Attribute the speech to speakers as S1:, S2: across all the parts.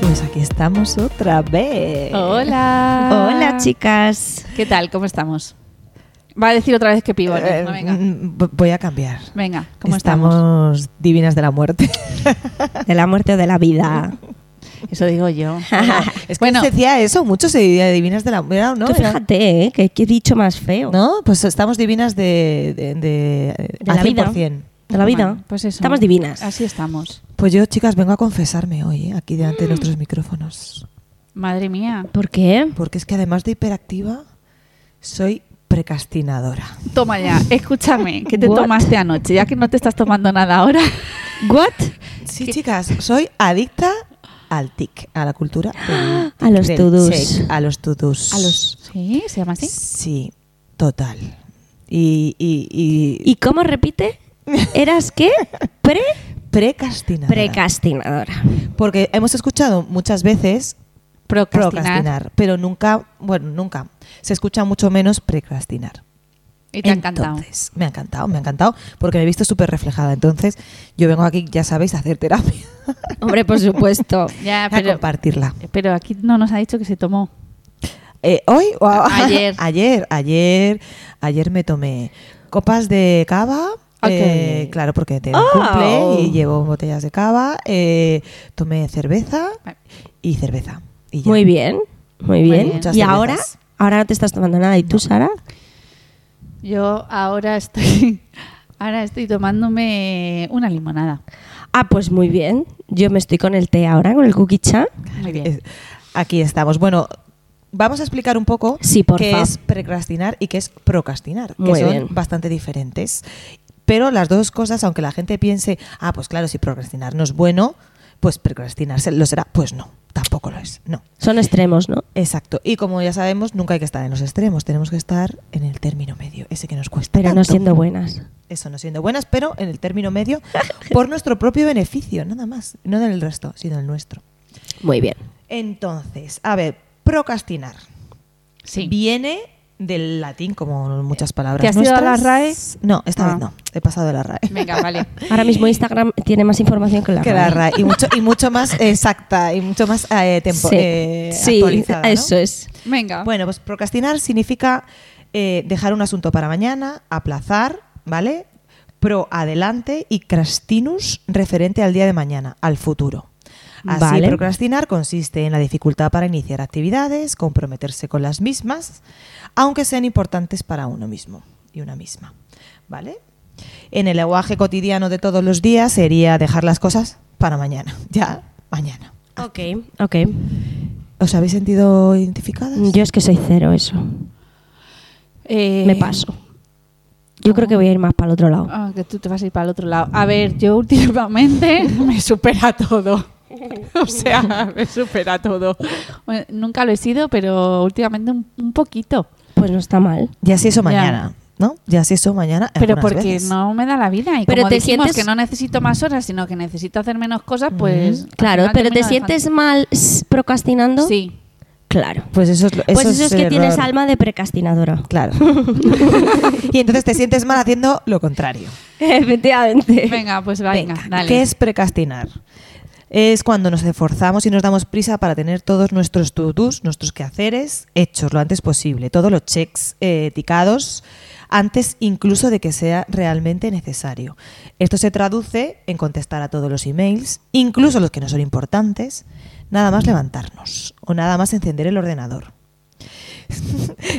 S1: Pues Aquí estamos otra vez.
S2: Oh. Hola.
S1: Eh, Hola, chicas.
S2: ¿Qué tal? ¿Cómo estamos? Va a decir otra vez que pivote.
S1: Eh,
S2: No, venga.
S1: mm, v- Voy a cambiar.
S2: Venga, ¿cómo
S1: estamos?
S2: estamos?
S1: divinas de la muerte.
S3: De la muerte o de la vida.
S2: Eso digo yo.
S1: es que
S2: bueno,
S1: se decía eso, mucho se decía divinas de la muerte, ¿no?
S3: Tú
S1: Era-
S3: fíjate, ¿eh? Que, que he dicho más feo.
S1: No, pues estamos divinas de, de, de-
S3: De
S1: al
S3: la vida.
S1: 100%.
S3: De la vida.
S2: bueno, pues eso.
S3: Estamos divinas.
S2: Así estamos.
S1: Pues yo, chicas, vengo a confesarme hoy, eh, aquí delante de nuestros micrófonos.
S2: Madre mía.
S3: ¿Por qué?
S1: Porque es que además de hiperactiva, soy precastinadora.
S2: Toma ya, escúchame, ¿qué te
S3: What?
S2: tomaste anoche? Ya que no te estás tomando nada ahora.
S3: ¿What?
S1: Sí, chicas, soy adicta al tic, a la cultura del
S3: A los
S1: del
S3: to-dos.
S1: shake, a los to-dos.
S2: A los. ¿Sí? ¿Se llama así?
S1: Sí, total. Y, y, y,
S3: ¿Y cómo repite? ¿Eras qué? Pre.
S1: precastinadora.
S3: Precastinadora.
S1: Porque hemos escuchado muchas veces
S2: Procrastinar.
S1: procrastinar, pero nunca, bueno, nunca. Se escucha mucho menos precrastinar.
S2: Y te ha encantado.
S1: Entonces, me ha encantado, me ha encantado, porque me he visto súper reflejada. Entonces, yo vengo aquí, ya sabéis, a hacer terapia,
S3: Hombre, por supuesto.
S1: a
S2: Ya, Ah, pero,
S1: compartirla.
S2: pero aquí no nos ha dicho que se tomó.
S1: Eh, ¿Hoy o a-
S2: Ayer.
S1: ayer, ayer, ayer me tomé copas de cava.
S2: Ah,
S1: eh,
S2: qué-
S1: claro, porque tengo
S3: Oh.
S1: cumple y llevo botellas de cava. eh, tomé cerveza y cerveza. y ya.
S3: Muy bien. Muy
S2: bien.
S3: bien.
S1: Muchas
S3: ¿Y
S1: cervezas.
S3: ahora? Ahora no te estás tomando nada. ¿Y tú, Sara?
S2: Yo ahora estoy. Ahora estoy tomándome una limonada.
S3: Ah, pues muy bien. Yo me estoy con el té ahora, con el cookie cha.
S2: Muy bien.
S1: Es- Aquí estamos. Bueno, vamos a explicar un poco
S3: Sí, por
S1: qué
S3: fa.
S1: es precrastinar y qué es procrastinar,
S3: Muy
S1: que son
S3: bien.
S1: bastante diferentes. Pero las dos cosas, aunque la gente piense, ah, pues claro, si procrastinar no es bueno, pues procrastinar se- lo será. Pues no, tampoco lo es. No.
S3: Son extremos, ¿no?
S1: Exacto. Y como ya sabemos, nunca hay que estar en los extremos, tenemos que estar en el término medio, ese que nos cuesta.
S3: Pero no
S1: tanto.
S3: siendo buenas.
S1: Eso no siendo buenas, pero en el término medio, por nuestro propio beneficio, nada más. No del resto, sino el nuestro.
S3: Muy bien.
S1: Entonces, a ver, procrastinar.
S2: Sí.
S1: Viene del latín, como muchas palabras.
S2: ¿Te has ido a la
S1: nuestras.
S2: RAE?
S1: No, esta vez
S2: Ah.
S1: no. He pasado de la RAE.
S2: Venga, vale.
S3: Ahora mismo Instagram tiene más información que la
S1: Que la RAE. Y mucho, y mucho más exacta y mucho más eh, tempo-
S3: Sí,
S1: eh,
S3: Sí,
S1: actualizada. ¿no?
S3: eso es.
S2: Venga.
S1: Bueno, pues procrastinar significa eh, dejar un asunto para mañana, aplazar, ¿vale? Pro adelante y crastinus referente al día de mañana, al futuro. Así,
S3: Vale.
S1: procrastinar consiste en la dificultad para iniciar actividades, comprometerse con las mismas, aunque sean importantes para uno mismo y una misma, ¿vale? En el lenguaje cotidiano de todos los días sería dejar las cosas para mañana, ya mañana.
S3: Ok, ok.
S1: ¿Os habéis sentido identificadas?
S3: Yo es que soy cero eso.
S2: Eh,
S3: Me paso. Yo creo que voy a ir más para el otro lado.
S2: Ah, que tú te vas a ir para el otro lado. A ver, yo últimamente me supera todo. O sea, me supera todo. Bueno, nunca lo he sido, pero últimamente un, un poquito.
S3: Pues no está mal.
S1: Ya si eso
S2: Ya.
S1: mañana, ¿no? Ya si eso mañana.
S2: Pero
S1: algunas
S2: porque
S1: veces.
S2: no me da la vida. Y
S3: Pero
S2: como
S3: te
S2: dijimos
S3: sientes-
S2: que no necesito más horas, sino que necesito hacer menos cosas, pues... al
S3: Claro,
S2: final
S3: pero ¿te
S2: termino
S3: sientes mal s- procrastinando?
S2: dejando. Sí.
S3: Claro.
S1: Pues eso es, lo-
S3: Pues
S1: eso
S3: eso es
S1: el
S3: que tienes
S1: error.
S3: alma de precastinadora.
S1: Claro. y entonces te sientes mal haciendo lo contrario.
S3: Efectivamente.
S2: Venga, pues venga,
S1: Venga,
S2: dale.
S1: ¿Qué es precastinar? Es cuando nos esforzamos y nos damos prisa para tener todos nuestros to-dos, nuestros quehaceres hechos lo antes posible, todos los checks eh, ticados antes incluso de que sea realmente necesario. Esto se traduce en contestar a todos los emails, incluso los que no son importantes, nada más levantarnos o nada más encender el ordenador.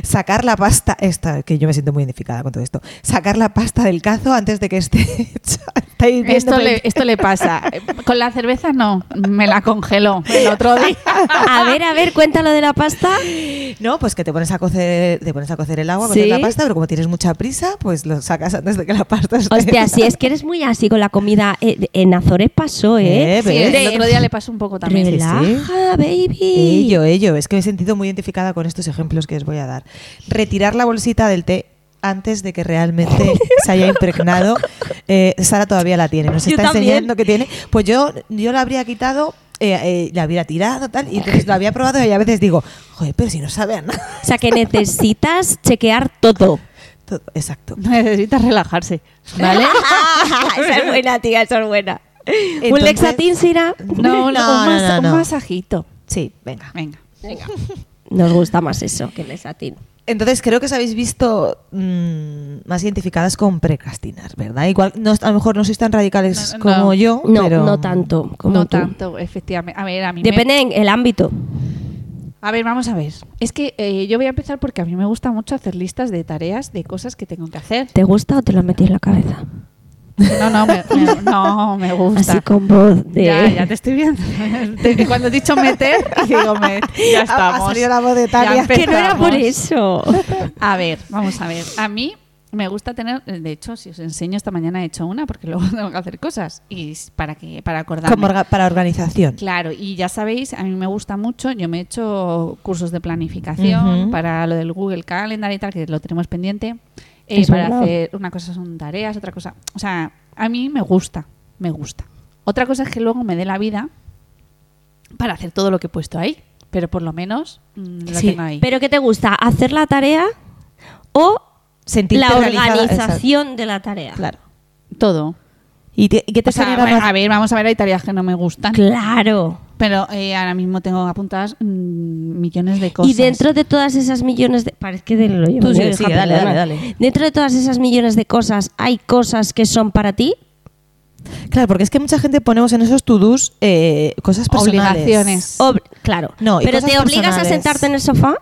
S1: Sacar la pasta, esta, que yo me siento muy identificada con todo esto, sacar la pasta del cazo antes de que esté hecha. Está hirviendo
S2: Esto
S1: por el
S2: le, esto le pasa. Eh, Con la cerveza no, me la congeló el otro día.
S3: A ver, a ver, cuéntalo de la pasta.
S1: No, pues que te pones a cocer, te pones a cocer el agua, cocer
S3: Sí.
S1: la pasta, pero como tienes mucha prisa, pues lo sacas antes de que la pasta esté.
S3: Hostia, si es que eres muy así con la comida. Eh, en Azores pasó, ¿eh?
S1: Eh,
S2: Sí,
S1: ¿ves?
S2: el otro día le pasó un poco también.
S3: Relaja, baby.
S1: Ello, ello. Es que me he sentido muy identificada con estos ejemplos que os voy a dar. Retirar la bolsita del té antes de que realmente se haya impregnado. Eh, Sara todavía la tiene. Nos
S3: Yo
S1: está
S3: también.
S1: enseñando que tiene. Pues yo, yo la habría quitado. eh, eh, la habría tirado tal y entonces la había probado y a veces digo joder pero si no sabe a nada
S3: O sea, que necesitas chequear todo.
S1: Todo- exacto
S2: Necesitas relajarse, ¿vale?
S3: esa es buena, tía, esa es buena.
S1: Entonces-
S3: ¿Un lexatín, Sira?
S2: No,
S1: No,
S2: un,
S1: no,
S2: masa-
S1: no, no.
S2: un masajito.
S1: Sí, venga.
S2: Venga.
S3: Venga. Nos gusta más eso que el desatín.
S1: Entonces creo que os habéis visto mm, más identificadas con procrastinar, ¿verdad? Igual, no, a lo mejor no sois tan radicales
S2: No, no,
S1: como
S2: no.
S1: yo,
S3: No,
S1: pero
S3: no tanto como
S2: no
S3: tú.
S2: tanto, efectivamente. A ver, a mí me-
S3: Depende en el ámbito.
S2: A ver, vamos a ver. Es que eh, yo voy a empezar porque a mí me gusta mucho hacer listas de tareas, de cosas que tengo que hacer.
S3: ¿Te gusta o te lo metí en la cabeza?
S2: No, no, me, me- no, me gusta.
S3: Así con voz de...
S2: Ya, ya te estoy viendo. Te- Cuando he dicho meter, digo, me- ya
S1: Ha- ha
S2: estamos.
S1: salido la voz de Talia.
S2: Ya
S3: que no era por
S2: empezamos.
S3: eso.
S2: A ver, vamos a ver. A mí me gusta tener, de hecho, si os enseño esta mañana he hecho una porque luego tengo que hacer cosas y s- para que para acordarme.
S1: como orga- para organización.
S2: Claro, y ya sabéis, a mí me gusta mucho, yo me he hecho cursos de planificación
S1: Ujú.
S2: para lo del Google Calendar y tal, que lo tenemos pendiente, eh,
S3: Es
S2: para
S3: verdad.
S2: hacer una cosa son tareas, otra cosa, o sea, a mí me gusta, me gusta. Otra cosa es que luego me dé la vida para hacer todo lo que he puesto ahí, pero por lo menos mm, lo
S1: Sí,
S2: tengo ahí.
S3: Pero ¿qué te gusta? ¿Hacer la tarea o
S1: Sentirte
S3: la
S1: realizada,
S3: organización de la tarea?
S1: exacto. Claro.
S2: Todo.
S1: ¿Y te- y qué te
S2: O sea,
S1: genera
S2: bueno,
S1: más-
S2: a ver, vamos a ver, hay tareas que no me gustan.
S3: Claro.
S2: Pero eh, ahora mismo tengo apuntadas mm, millones de cosas.
S3: Y dentro de todas esas millones de... Parece que de lo llevo
S1: Tú
S3: yo,
S1: sigue,
S3: hija,
S1: sigue, dale,
S3: perdona.
S1: dale, dale.
S3: Dentro de todas esas millones de cosas, ¿hay cosas que son para ti?
S1: Claro, porque es que mucha gente ponemos en esos to-dos eh, cosas personales.
S2: Obligaciones.
S3: Ob- claro.
S1: No, y
S3: ¿Pero
S1: cosas
S3: te obligas
S1: personales.
S3: a sentarte en el sofá?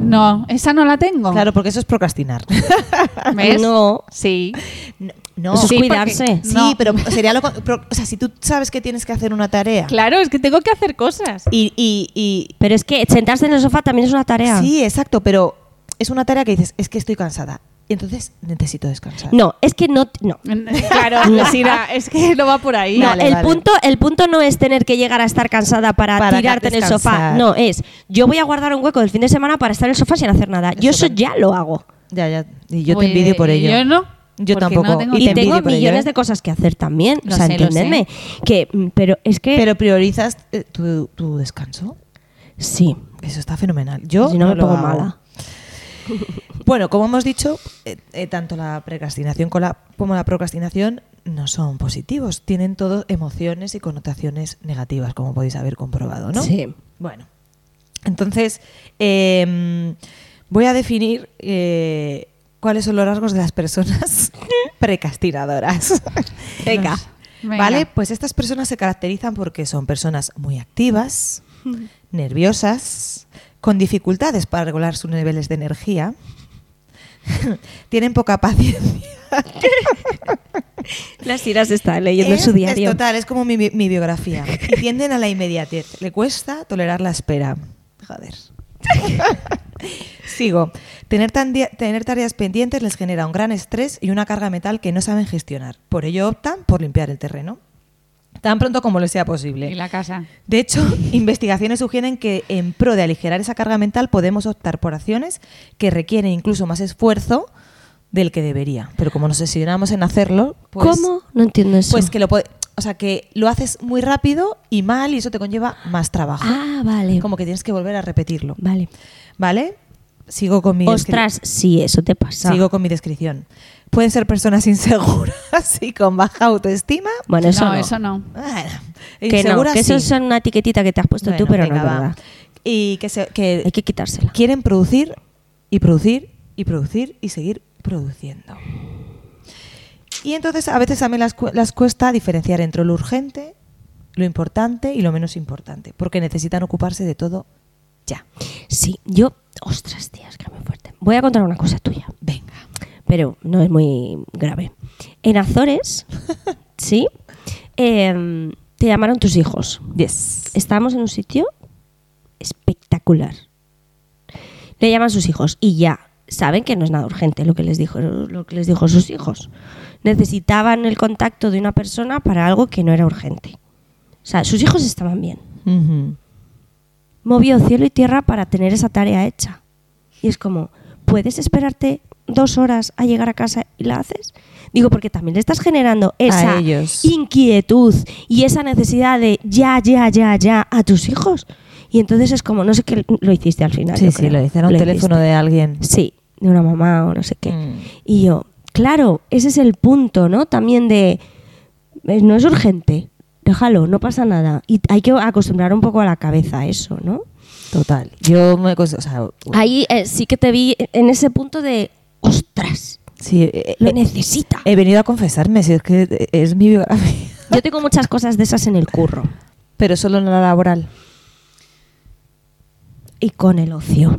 S2: No, esa no la tengo.
S1: Claro, porque eso es procrastinar.
S2: ¿Ves?
S3: No.
S2: Sí.
S1: No, no.
S3: Eso es
S1: sí,
S2: porque-
S3: cuidarse.
S2: no.
S1: pero sería lo... con- pro- o sea, si tú sabes que tienes que hacer una tarea
S2: Claro, es que tengo que hacer cosas.
S1: y, y- y-
S3: Pero es que sentarse en el sofá también es una tarea.
S1: Sí, exacto, pero es una tarea que dices, es que estoy cansada. Y entonces necesito descansar.
S3: No, es que no... no.
S2: Claro, Sira, es que no va por ahí.
S3: No,
S1: Vale,
S3: el,
S1: vale.
S3: punto, el punto no es tener que llegar a estar cansada para,
S1: Para
S3: tirarte en el
S1: descansar.
S3: sofá. No, es yo voy a guardar un hueco del fin de semana para estar en el sofá sin hacer nada. Yo
S1: Eso
S3: eso
S1: también.
S3: ya lo hago.
S1: Ya, ya. Y yo
S2: Pues,
S1: te envidio por ello.
S2: yo no,
S1: Yo
S2: porque
S1: tampoco.
S2: no tengo
S1: y
S2: tiempo.
S1: te
S3: Y
S1: envidio
S3: tengo
S1: por ello,
S3: millones
S1: ¿eh?
S3: de cosas que hacer también.
S2: Lo
S3: o sea,
S2: sé, lo
S3: entendedme. Que, mm, pero es que
S1: Pero priorizas eh, tu, tu descanso.
S3: sí,
S1: Eso está fenomenal. Yo
S3: Pues si no, me
S1: lo
S3: pongo
S1: hago.
S3: mala.
S1: Bueno, como hemos dicho, eh, eh, tanto la procrastinación con la- como la procrastinación no son positivos. Tienen todos emociones y connotaciones negativas, como podéis haber comprobado, ¿no?
S3: Sí.
S1: Bueno, entonces eh, voy a definir eh, cuáles son los rasgos de las personas precastinadoras.
S3: Venga.
S2: Venga.
S1: Vale, pues estas personas se caracterizan porque son personas muy activas, nerviosas, con dificultades para regular sus niveles de energía, tienen poca paciencia.
S3: Las tiras está leyendo en
S1: es,
S3: su diario.
S1: Es total, es como mi, bi- mi biografía. Y tienden a la inmediatez. Le cuesta tolerar la espera. Joder. Sigo. Tener, tan dia- tener tareas pendientes les genera un gran estrés y una carga mental que no saben gestionar. Por ello optan por limpiar el terreno tan pronto como les sea posible.
S2: Y la casa.
S1: De hecho, investigaciones sugieren que en pro de aligerar esa carga mental podemos optar por acciones que requieren incluso más esfuerzo del que debería. Pero como nos obsesionamos en hacerlo, pues,
S3: ¿Cómo? No entiendo eso.
S1: Pues que lo po- o sea, que lo haces muy rápido y mal y eso te conlleva más trabajo.
S3: Ah, vale.
S1: Como que tienes que volver a repetirlo.
S3: Vale.
S1: ¿Vale? Sigo con mi descri-
S3: Ostras, sí, eso te pasa.
S1: Sigo con mi descripción. Pueden ser personas inseguras y con baja autoestima.
S3: Bueno, eso no.
S2: eso no.
S1: Bueno,
S3: Que no,
S1: inseguras
S3: que eso
S1: sí.
S3: es una etiquetita que te has puesto tú,
S1: Bueno,
S3: pero no
S1: venga,
S3: es
S1: va.
S3: verdad.
S1: Y que, se- que
S3: Hay que quitársela.
S1: quieren producir y producir y producir y seguir produciendo. Y entonces a veces a mí las, cu- las cuesta diferenciar entre lo urgente, lo importante y lo menos importante, porque necesitan ocuparse de todo ya.
S3: Sí, yo. Ostras, tías, que muy fuerte. Voy a contar una cosa tuya,
S1: Venga.
S3: pero no es muy grave. En Azores, ¿sí? Em, te llamaron tus hijos.
S1: Yes.
S3: Estábamos en un sitio espectacular. Le llaman sus hijos y ya saben que no es nada urgente lo que les dijo, lo que les dijo sus hijos. Necesitaban el contacto de una persona para algo que no era urgente. O sea, sus hijos estaban bien. movió cielo y tierra para tener esa tarea hecha. Y es como, ¿puedes esperarte dos horas a llegar a casa y la haces? Digo, porque también le estás generando esa
S1: ellos.
S3: inquietud y esa necesidad de ya, ya, ya, ya a tus hijos. Y entonces es como, no sé qué lo hiciste al final.
S1: Sí,
S3: yo
S1: sí,
S3: creo.
S1: lo dicen a un
S3: Lo
S1: teléfono
S3: hiciste.
S1: de alguien.
S3: Sí, de una mamá o no sé qué.
S1: Mm.
S3: Y yo, claro, ese es el punto, ¿no? También de, eh, no es urgente. déjalo, no pasa nada. Y hay que acostumbrar un poco a la cabeza a eso, ¿no?
S1: Total. Yo me. cons- O sea,
S3: Ahí eh, sí que te vi en ese punto de, ostras,
S1: sí, eh,
S3: lo
S1: eh,
S3: necesita.
S1: he venido a confesarme, si es que eh, es mi biografía.
S3: Yo tengo muchas cosas de esas en el curro
S1: Pero solo en la laboral.
S3: y con el ocio.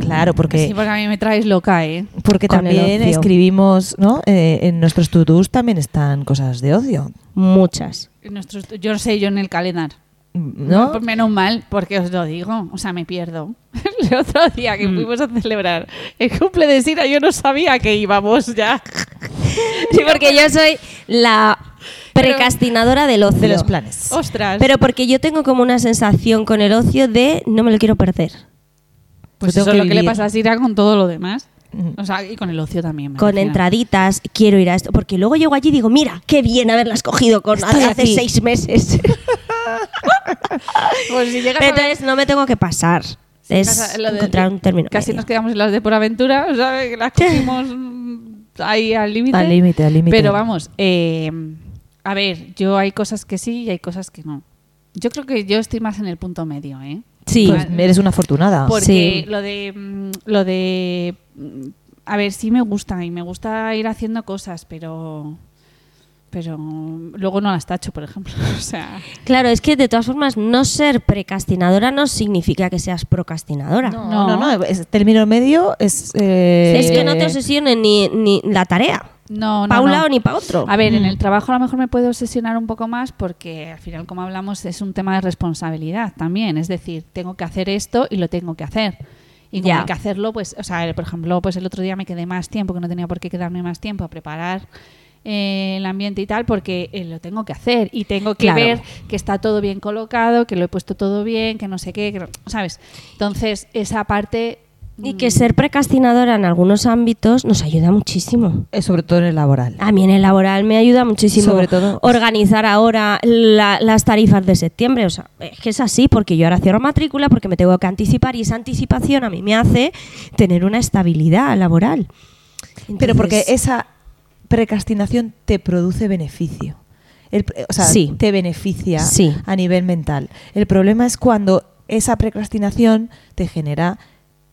S1: Claro, porque.
S2: Sí, porque a mí me traes loca, ¿eh?
S1: Porque
S3: Con el
S1: también
S3: ocio.
S1: escribimos, ¿no? Eh, en nuestros tutus también están cosas de ocio,
S3: Muchas.
S2: Nuestros- yo no sé, yo en el calendario.
S1: ¿no?
S2: Pues menos mal, porque os lo digo, o sea, me pierdo. El otro día
S1: Mm.
S2: que fuimos a celebrar el cumple de Sira, yo no sabía que íbamos ya.
S3: Sí, porque yo soy la precastinadora del ocio.
S1: De los planes.
S3: Oh,
S2: Ostras.
S3: Pero porque yo tengo como una sensación con el ocio de no me lo quiero perder.
S2: pues
S1: Yo
S2: eso
S1: tengo
S2: es
S1: que
S2: lo que le
S1: vivir.
S2: pasa a Sira con todo lo demás.
S1: Mm.
S2: O sea, y con el ocio también. me
S3: Con
S2: refiero.
S3: entraditas, quiero ir a esto. Porque luego llego allí y digo, mira, qué bien haberlas cogido con
S1: Estoy
S3: hace
S1: aquí.
S3: seis meses.
S2: Pues si llegas a ver-
S3: Entonces no me tengo que pasar. es
S2: Casa- lo de-
S3: encontrar un término.
S2: Casi
S1: eh,
S3: medio.
S2: nos quedamos en las de por aventura, o sea, que las cogimos mm, ahí al límite.
S1: Al límite, al límite.
S2: Pero vamos, eh, a ver, yo hay cosas que sí y hay cosas que no. Yo creo que yo estoy más en el punto medio, ¿eh?
S3: Sí.
S1: Pues eres una afortunada.
S2: Porque
S3: Sí.
S2: lo de mm, lo de mm, a ver, sí me gusta y me gusta ir haciendo cosas, pero pero luego no las tacho, por ejemplo, o sea,
S3: Claro, es que de todas formas no ser precastinadora no significa que seas procrastinadora.
S1: No, no, no, es término medio es... eh,
S3: Es que no te obsesione ni, ni la tarea.
S2: no no,
S3: pa' un
S2: no.
S3: lado ni pa' otro.
S2: A ver, en el trabajo a lo mejor me puedo obsesionar un poco más porque al final, como hablamos, es un tema de responsabilidad también. Es decir, tengo que hacer esto y lo tengo que hacer. Y como
S3: Ya.
S2: hay que hacerlo, pues, o sea, por ejemplo, pues el otro día me quedé más tiempo, que no tenía por qué quedarme más tiempo a preparar eh, el ambiente y tal, porque eh, lo tengo que hacer y tengo que
S3: Claro.
S2: ver que está todo bien colocado, que lo he puesto todo bien, que no sé qué, que no- ¿sabes? Entonces, esa parte... mm,
S3: Y que ser precastinadora en algunos ámbitos nos ayuda muchísimo.
S1: eh, sobre todo en el laboral.
S3: A mí en el laboral me ayuda muchísimo
S1: Sobre todo-
S3: organizar ahora la- las tarifas de septiembre. O sea, es que es así, porque yo ahora cierro matrícula porque me tengo que anticipar y esa anticipación a mí me hace tener una estabilidad laboral.
S1: Pero porque
S3: Entonces-
S1: esa precastinación te produce beneficio. El pre- o sea,
S3: Sí.
S1: te beneficia
S3: Sí.
S1: a nivel mental. El problema es cuando esa precrastinación te genera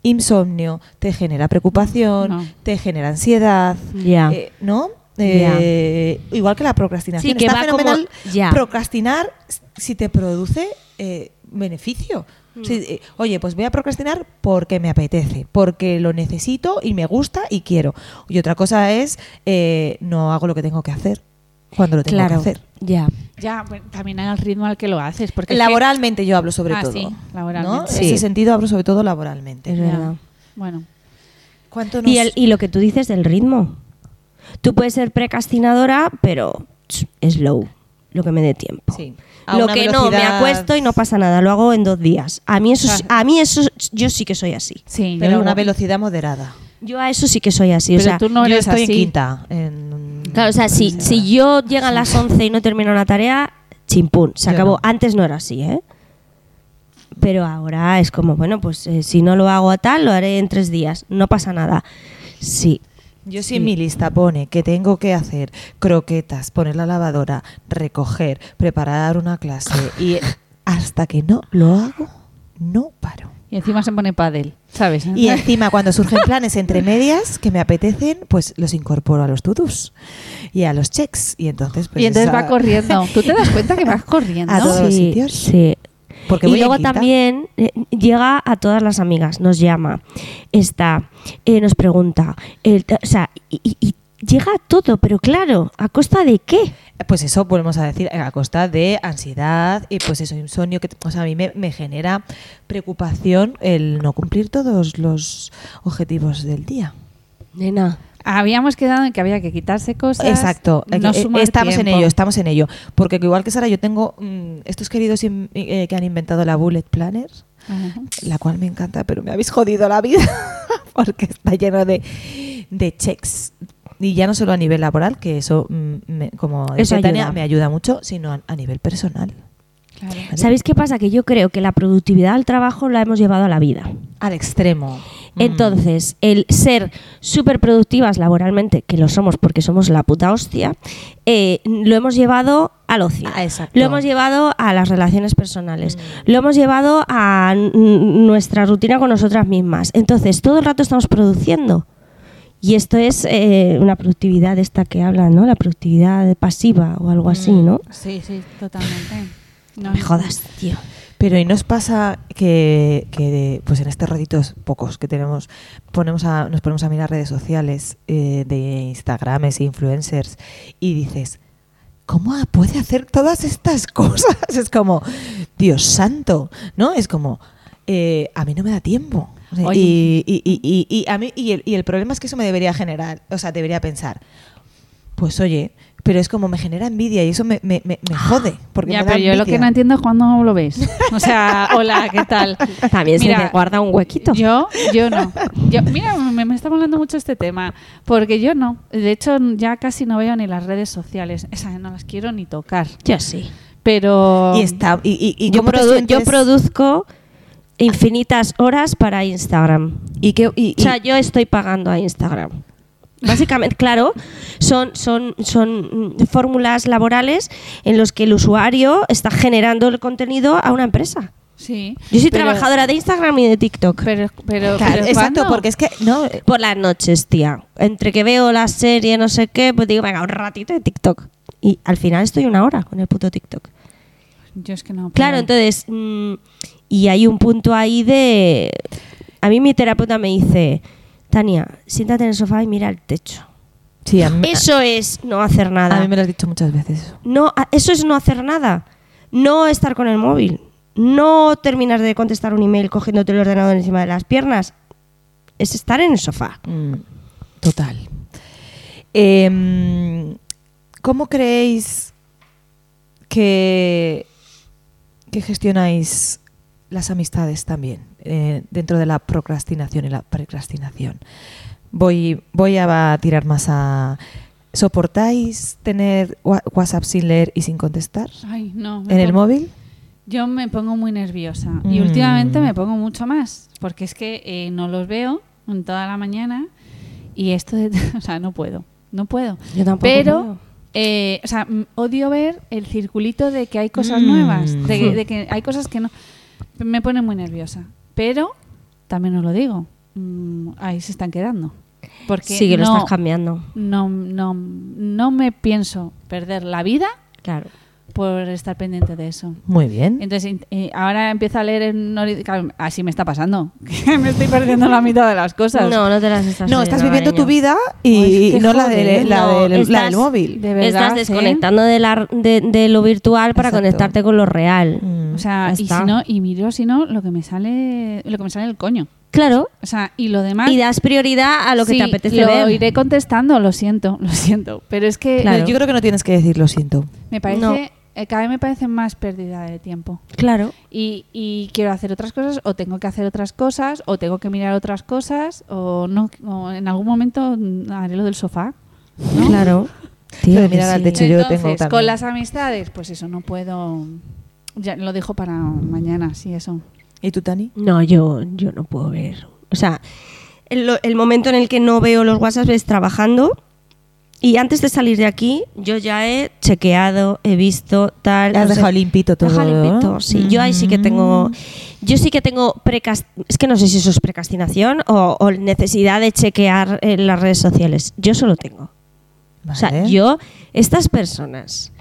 S1: insomnio, te genera preocupación,
S2: No.
S1: te genera ansiedad,
S3: Ya.
S1: eh, ¿no? Eh, Igual que la procrastinación.
S3: Sí, que
S1: Está
S3: va como-
S1: fenomenal
S3: ya.
S1: procrastinar s- si te produce eh, beneficio. Si, eh, oye, pues voy a procrastinar porque me apetece, porque lo necesito y me gusta y quiero. Y otra cosa es, eh, no hago lo que tengo que hacer cuando lo tengo
S3: claro,
S1: que hacer.
S3: ya.
S2: Ya, bueno, también al ritmo al que lo haces. Porque es que-
S1: Laboralmente yo hablo sobre
S2: Ah,
S1: todo.
S2: sí,
S1: ¿no?
S2: laboralmente.
S1: En
S3: Sí.
S1: ese sentido hablo sobre todo laboralmente.
S3: Es
S2: Ya.
S3: verdad.
S2: Bueno.
S1: ¿Cuánto nos-
S3: Y, el- y lo que tú dices del ritmo. Tú puedes ser precastinadora, pero ch, slow, lo que me dé tiempo.
S1: Sí. A
S3: Lo
S1: una
S3: que no, me
S1: velocidad-
S3: acuesto y no pasa nada, lo hago en dos días. A mí eso,
S2: Ah.
S3: a mí eso yo sí que soy así.
S2: Sí,
S1: Pero a
S2: yo
S1: una
S2: igual.
S1: velocidad moderada.
S3: Yo a eso sí que soy así.
S2: Pero
S3: o sea,
S2: tú no
S1: yo
S2: eres
S1: estoy
S2: así.
S1: en quinta. en-
S3: Claro, o sea, si, si yo llega a las 11 y no termino una tarea, chimpún, se
S1: Yo
S3: acabó.
S1: no.
S3: Antes no era así, ¿eh? Pero ahora es como, bueno, pues eh, si no lo hago a tal, lo haré en tres días, no pasa nada. Sí,
S1: Yo si en mi lista pone que tengo que hacer croquetas, poner la lavadora, recoger, preparar una clase y hasta que no lo hago, no paro.
S2: Y encima se pone pádel, ¿sabes?
S1: Y encima cuando surgen planes entre medias que me apetecen, pues los incorporo a los tutus y a los checks y entonces pues
S2: y entonces
S1: esa-
S2: va corriendo. Tú te das cuenta que vas corriendo.
S1: A todos los
S3: Sí,
S1: sitios.
S3: Sí.
S1: Porque voy
S3: y
S1: en
S3: luego
S1: quinta.
S3: también eh, llega a todas las amigas, nos llama, está, eh, nos pregunta, el- o sea, y, y- y llega a todo, pero claro, ¿a costa de qué?
S1: Pues eso volvemos a decir a costa de ansiedad y pues eso, insomnio, que o sea, a mí me, me genera preocupación el no cumplir todos los objetivos del día.
S3: Nena.
S2: Habíamos quedado en que había que quitarse cosas.
S1: Exacto,
S2: no
S1: eh, eh,
S2: sumar
S1: estamos en
S2: tiempo.
S1: ello, estamos en ello. Porque igual que Sara, yo tengo mm, estos queridos in- eh, que han inventado la Bullet Planner,
S2: Ajá.
S1: la cual me encanta, pero me habéis jodido la vida porque está lleno de, de checks. Y ya no solo a nivel laboral, que eso, mm, me- como
S3: Eso
S1: dice Tania,
S3: ayuda.
S1: me ayuda mucho, sino a, a nivel personal.
S2: Claro.
S1: ¿vale?
S3: ¿Sabéis qué pasa? Que yo creo que la productividad al trabajo la hemos llevado a la vida.
S1: Al extremo.
S3: Entonces, el ser súper productivas laboralmente, que lo somos porque somos la puta hostia, eh, lo hemos llevado al ocio.
S1: Ah, exacto.
S3: Mm. Lo hemos llevado a las relaciones personales. Lo hemos llevado a n- nuestra rutina con nosotras mismas. Entonces, todo el rato estamos produciendo. Y esto es eh, una productividad esta que hablan, ¿no? La productividad pasiva o algo así,
S1: Mm.
S3: ¿no?
S2: Sí, sí, totalmente. No,
S3: No me jodas, tío.
S1: Pero ¿y nos pasa que, que, pues en estos ratitos pocos que tenemos ponemos a, nos ponemos a mirar redes sociales eh, de Instagrames e influencers y dices, ¿cómo puede hacer todas estas cosas? Es como, Dios santo, ¿no? Es como, eh, a mí no me da tiempo. O sea,
S2: Oye.
S1: y, y- y- y- y a mí, y, el, y el problema es que eso me debería generar, o sea, debería pensar, pues oye, pero es como me genera envidia y eso me, me- me- me jode. Porque
S2: Ya,
S1: me da
S2: pero yo lo que
S1: envidia.
S2: no entiendo es cuando lo ves. O sea, hola, ¿qué tal?
S3: También se
S2: Mira,
S3: te guarda un huequito.
S2: Yo, yo no. Yo, mira, me, me está molando mucho este tema, porque yo no. De hecho, ya casi no veo ni las redes sociales. Esas no las quiero ni tocar.
S3: Yo sí.
S2: Pero...
S1: Y está. Y, y, y
S3: yo,
S1: cómo te
S3: produ-
S1: sientes?
S3: yo produzco infinitas horas para Instagram.
S1: ¿Y qué- y-
S3: O sea,
S1: y-
S3: yo estoy pagando a Instagram. Básicamente, claro, son, son, son mm, fórmulas laborales en los que el usuario está generando el contenido a una empresa.
S2: Sí.
S3: Yo soy
S2: pero-
S3: trabajadora de Instagram y de TikTok.
S2: Pero, pero,
S1: Claro,
S2: pero
S1: exacto,
S2: ¿cuándo?
S1: porque es que. No,
S3: Por las noches, tía. Entre que veo la serie, no sé qué, pues digo, venga, un ratito de TikTok. Y al final estoy una hora con el puto TikTok.
S2: Yo es que no.
S3: Claro,
S2: pero-
S3: entonces, mm, y hay un punto ahí de... A mí mi terapeuta me dice, Tania, siéntate en el sofá y mira el techo.
S1: sí, a mí,
S3: Eso es no hacer
S1: a mí
S3: nada.
S1: me lo has dicho muchas veces.
S3: No, a- eso es no hacer nada. No estar con el móvil. No terminar de contestar un email cogiéndote el ordenador encima de las piernas. Es estar en el sofá.
S1: Mm, total. Em, ¿Cómo creéis que, que gestionáis las amistades también eh, dentro de la procrastinación y la precrastinación? Voy, voy a tirar más a... ¿Soportáis tener wa- WhatsApp sin leer y sin contestar?
S2: Ay, no. me
S1: ¿En el
S2: pon-
S1: móvil?
S2: Yo me pongo muy nerviosa. Y
S1: Mm.
S2: últimamente me pongo mucho más. Porque es que eh, no los veo en toda la mañana. Y esto de. O sea, no puedo. No puedo.
S3: Yo tampoco
S2: Pero.
S3: puedo.
S2: eh, o sea, mm, odio ver el circulito de que hay cosas
S1: Mm.
S2: nuevas. De, que- de que hay cosas que no. Me pone muy nerviosa. Pero. También os lo digo. mm, ahí se están quedando. Porque
S3: Sí, que lo
S2: no-
S3: estás cambiando.
S2: no, no, no me pienso perder la vida
S3: Claro.
S2: por estar pendiente de eso.
S1: Muy bien.
S2: Entonces, in- eh, ahora empiezo a leer en hori- claro, así me está pasando. que me estoy perdiendo la mitad de las cosas.
S3: No, no te las estás
S1: No, estás
S3: oyendo,
S1: viviendo tu
S3: cariño.
S1: vida
S2: Ay,
S1: y
S2: qué
S1: no la, de,
S2: joder.
S1: la,
S3: No,
S1: del- la
S3: estás-
S1: del móvil.
S2: ¿eh? De verdad,
S3: Estás
S2: ¿eh?
S3: desconectando de, la- de- de lo virtual para
S1: Exacto.
S3: conectarte con lo real.
S1: Mm.
S2: O sea,
S3: Ya
S2: y
S3: está.
S2: si no, y miro si no lo que me sale, lo que me sale el coño.
S3: Claro.
S2: O sea, y lo demás.
S3: Y das prioridad a lo que
S2: sí,
S3: te apetece
S2: lo
S3: ver.
S2: iré contestando, lo siento, lo siento. Pero es eh, que
S3: Claro.
S1: Yo creo que no tienes que decir lo siento.
S2: me parece,
S3: No.
S2: eh, cada vez me parece más pérdida de tiempo.
S3: Claro.
S2: y, y quiero hacer otras cosas o tengo que hacer otras cosas o tengo que mirar otras cosas o no o en algún momento mm, haré lo del sofá. ¿no?
S3: Claro.
S1: Lo de
S3: que
S1: mirar al
S3: sí.
S1: techo. yo lo tengo
S2: Entonces,
S1: también.
S2: con las amistades, pues eso, no puedo... Ya lo dejo para mañana, sí, eso.
S1: ¿Y tú, Tani?
S3: No, yo, yo no puedo ver. O sea, el, lo- el momento en el que no veo los WhatsApp es trabajando. Y antes de salir de aquí, yo ya he chequeado, he visto tal.
S1: Has
S3: no sé.
S1: dejado limpito todo,
S3: Dejado
S1: ¿no?
S3: limpito, sí. Yo ahí sí que tengo. Yo sí que tengo. precas- Es que no sé si eso es precastinación o, o necesidad de chequear en las redes sociales. Yo solo tengo. O sea,
S1: Vale.
S3: yo, estas personas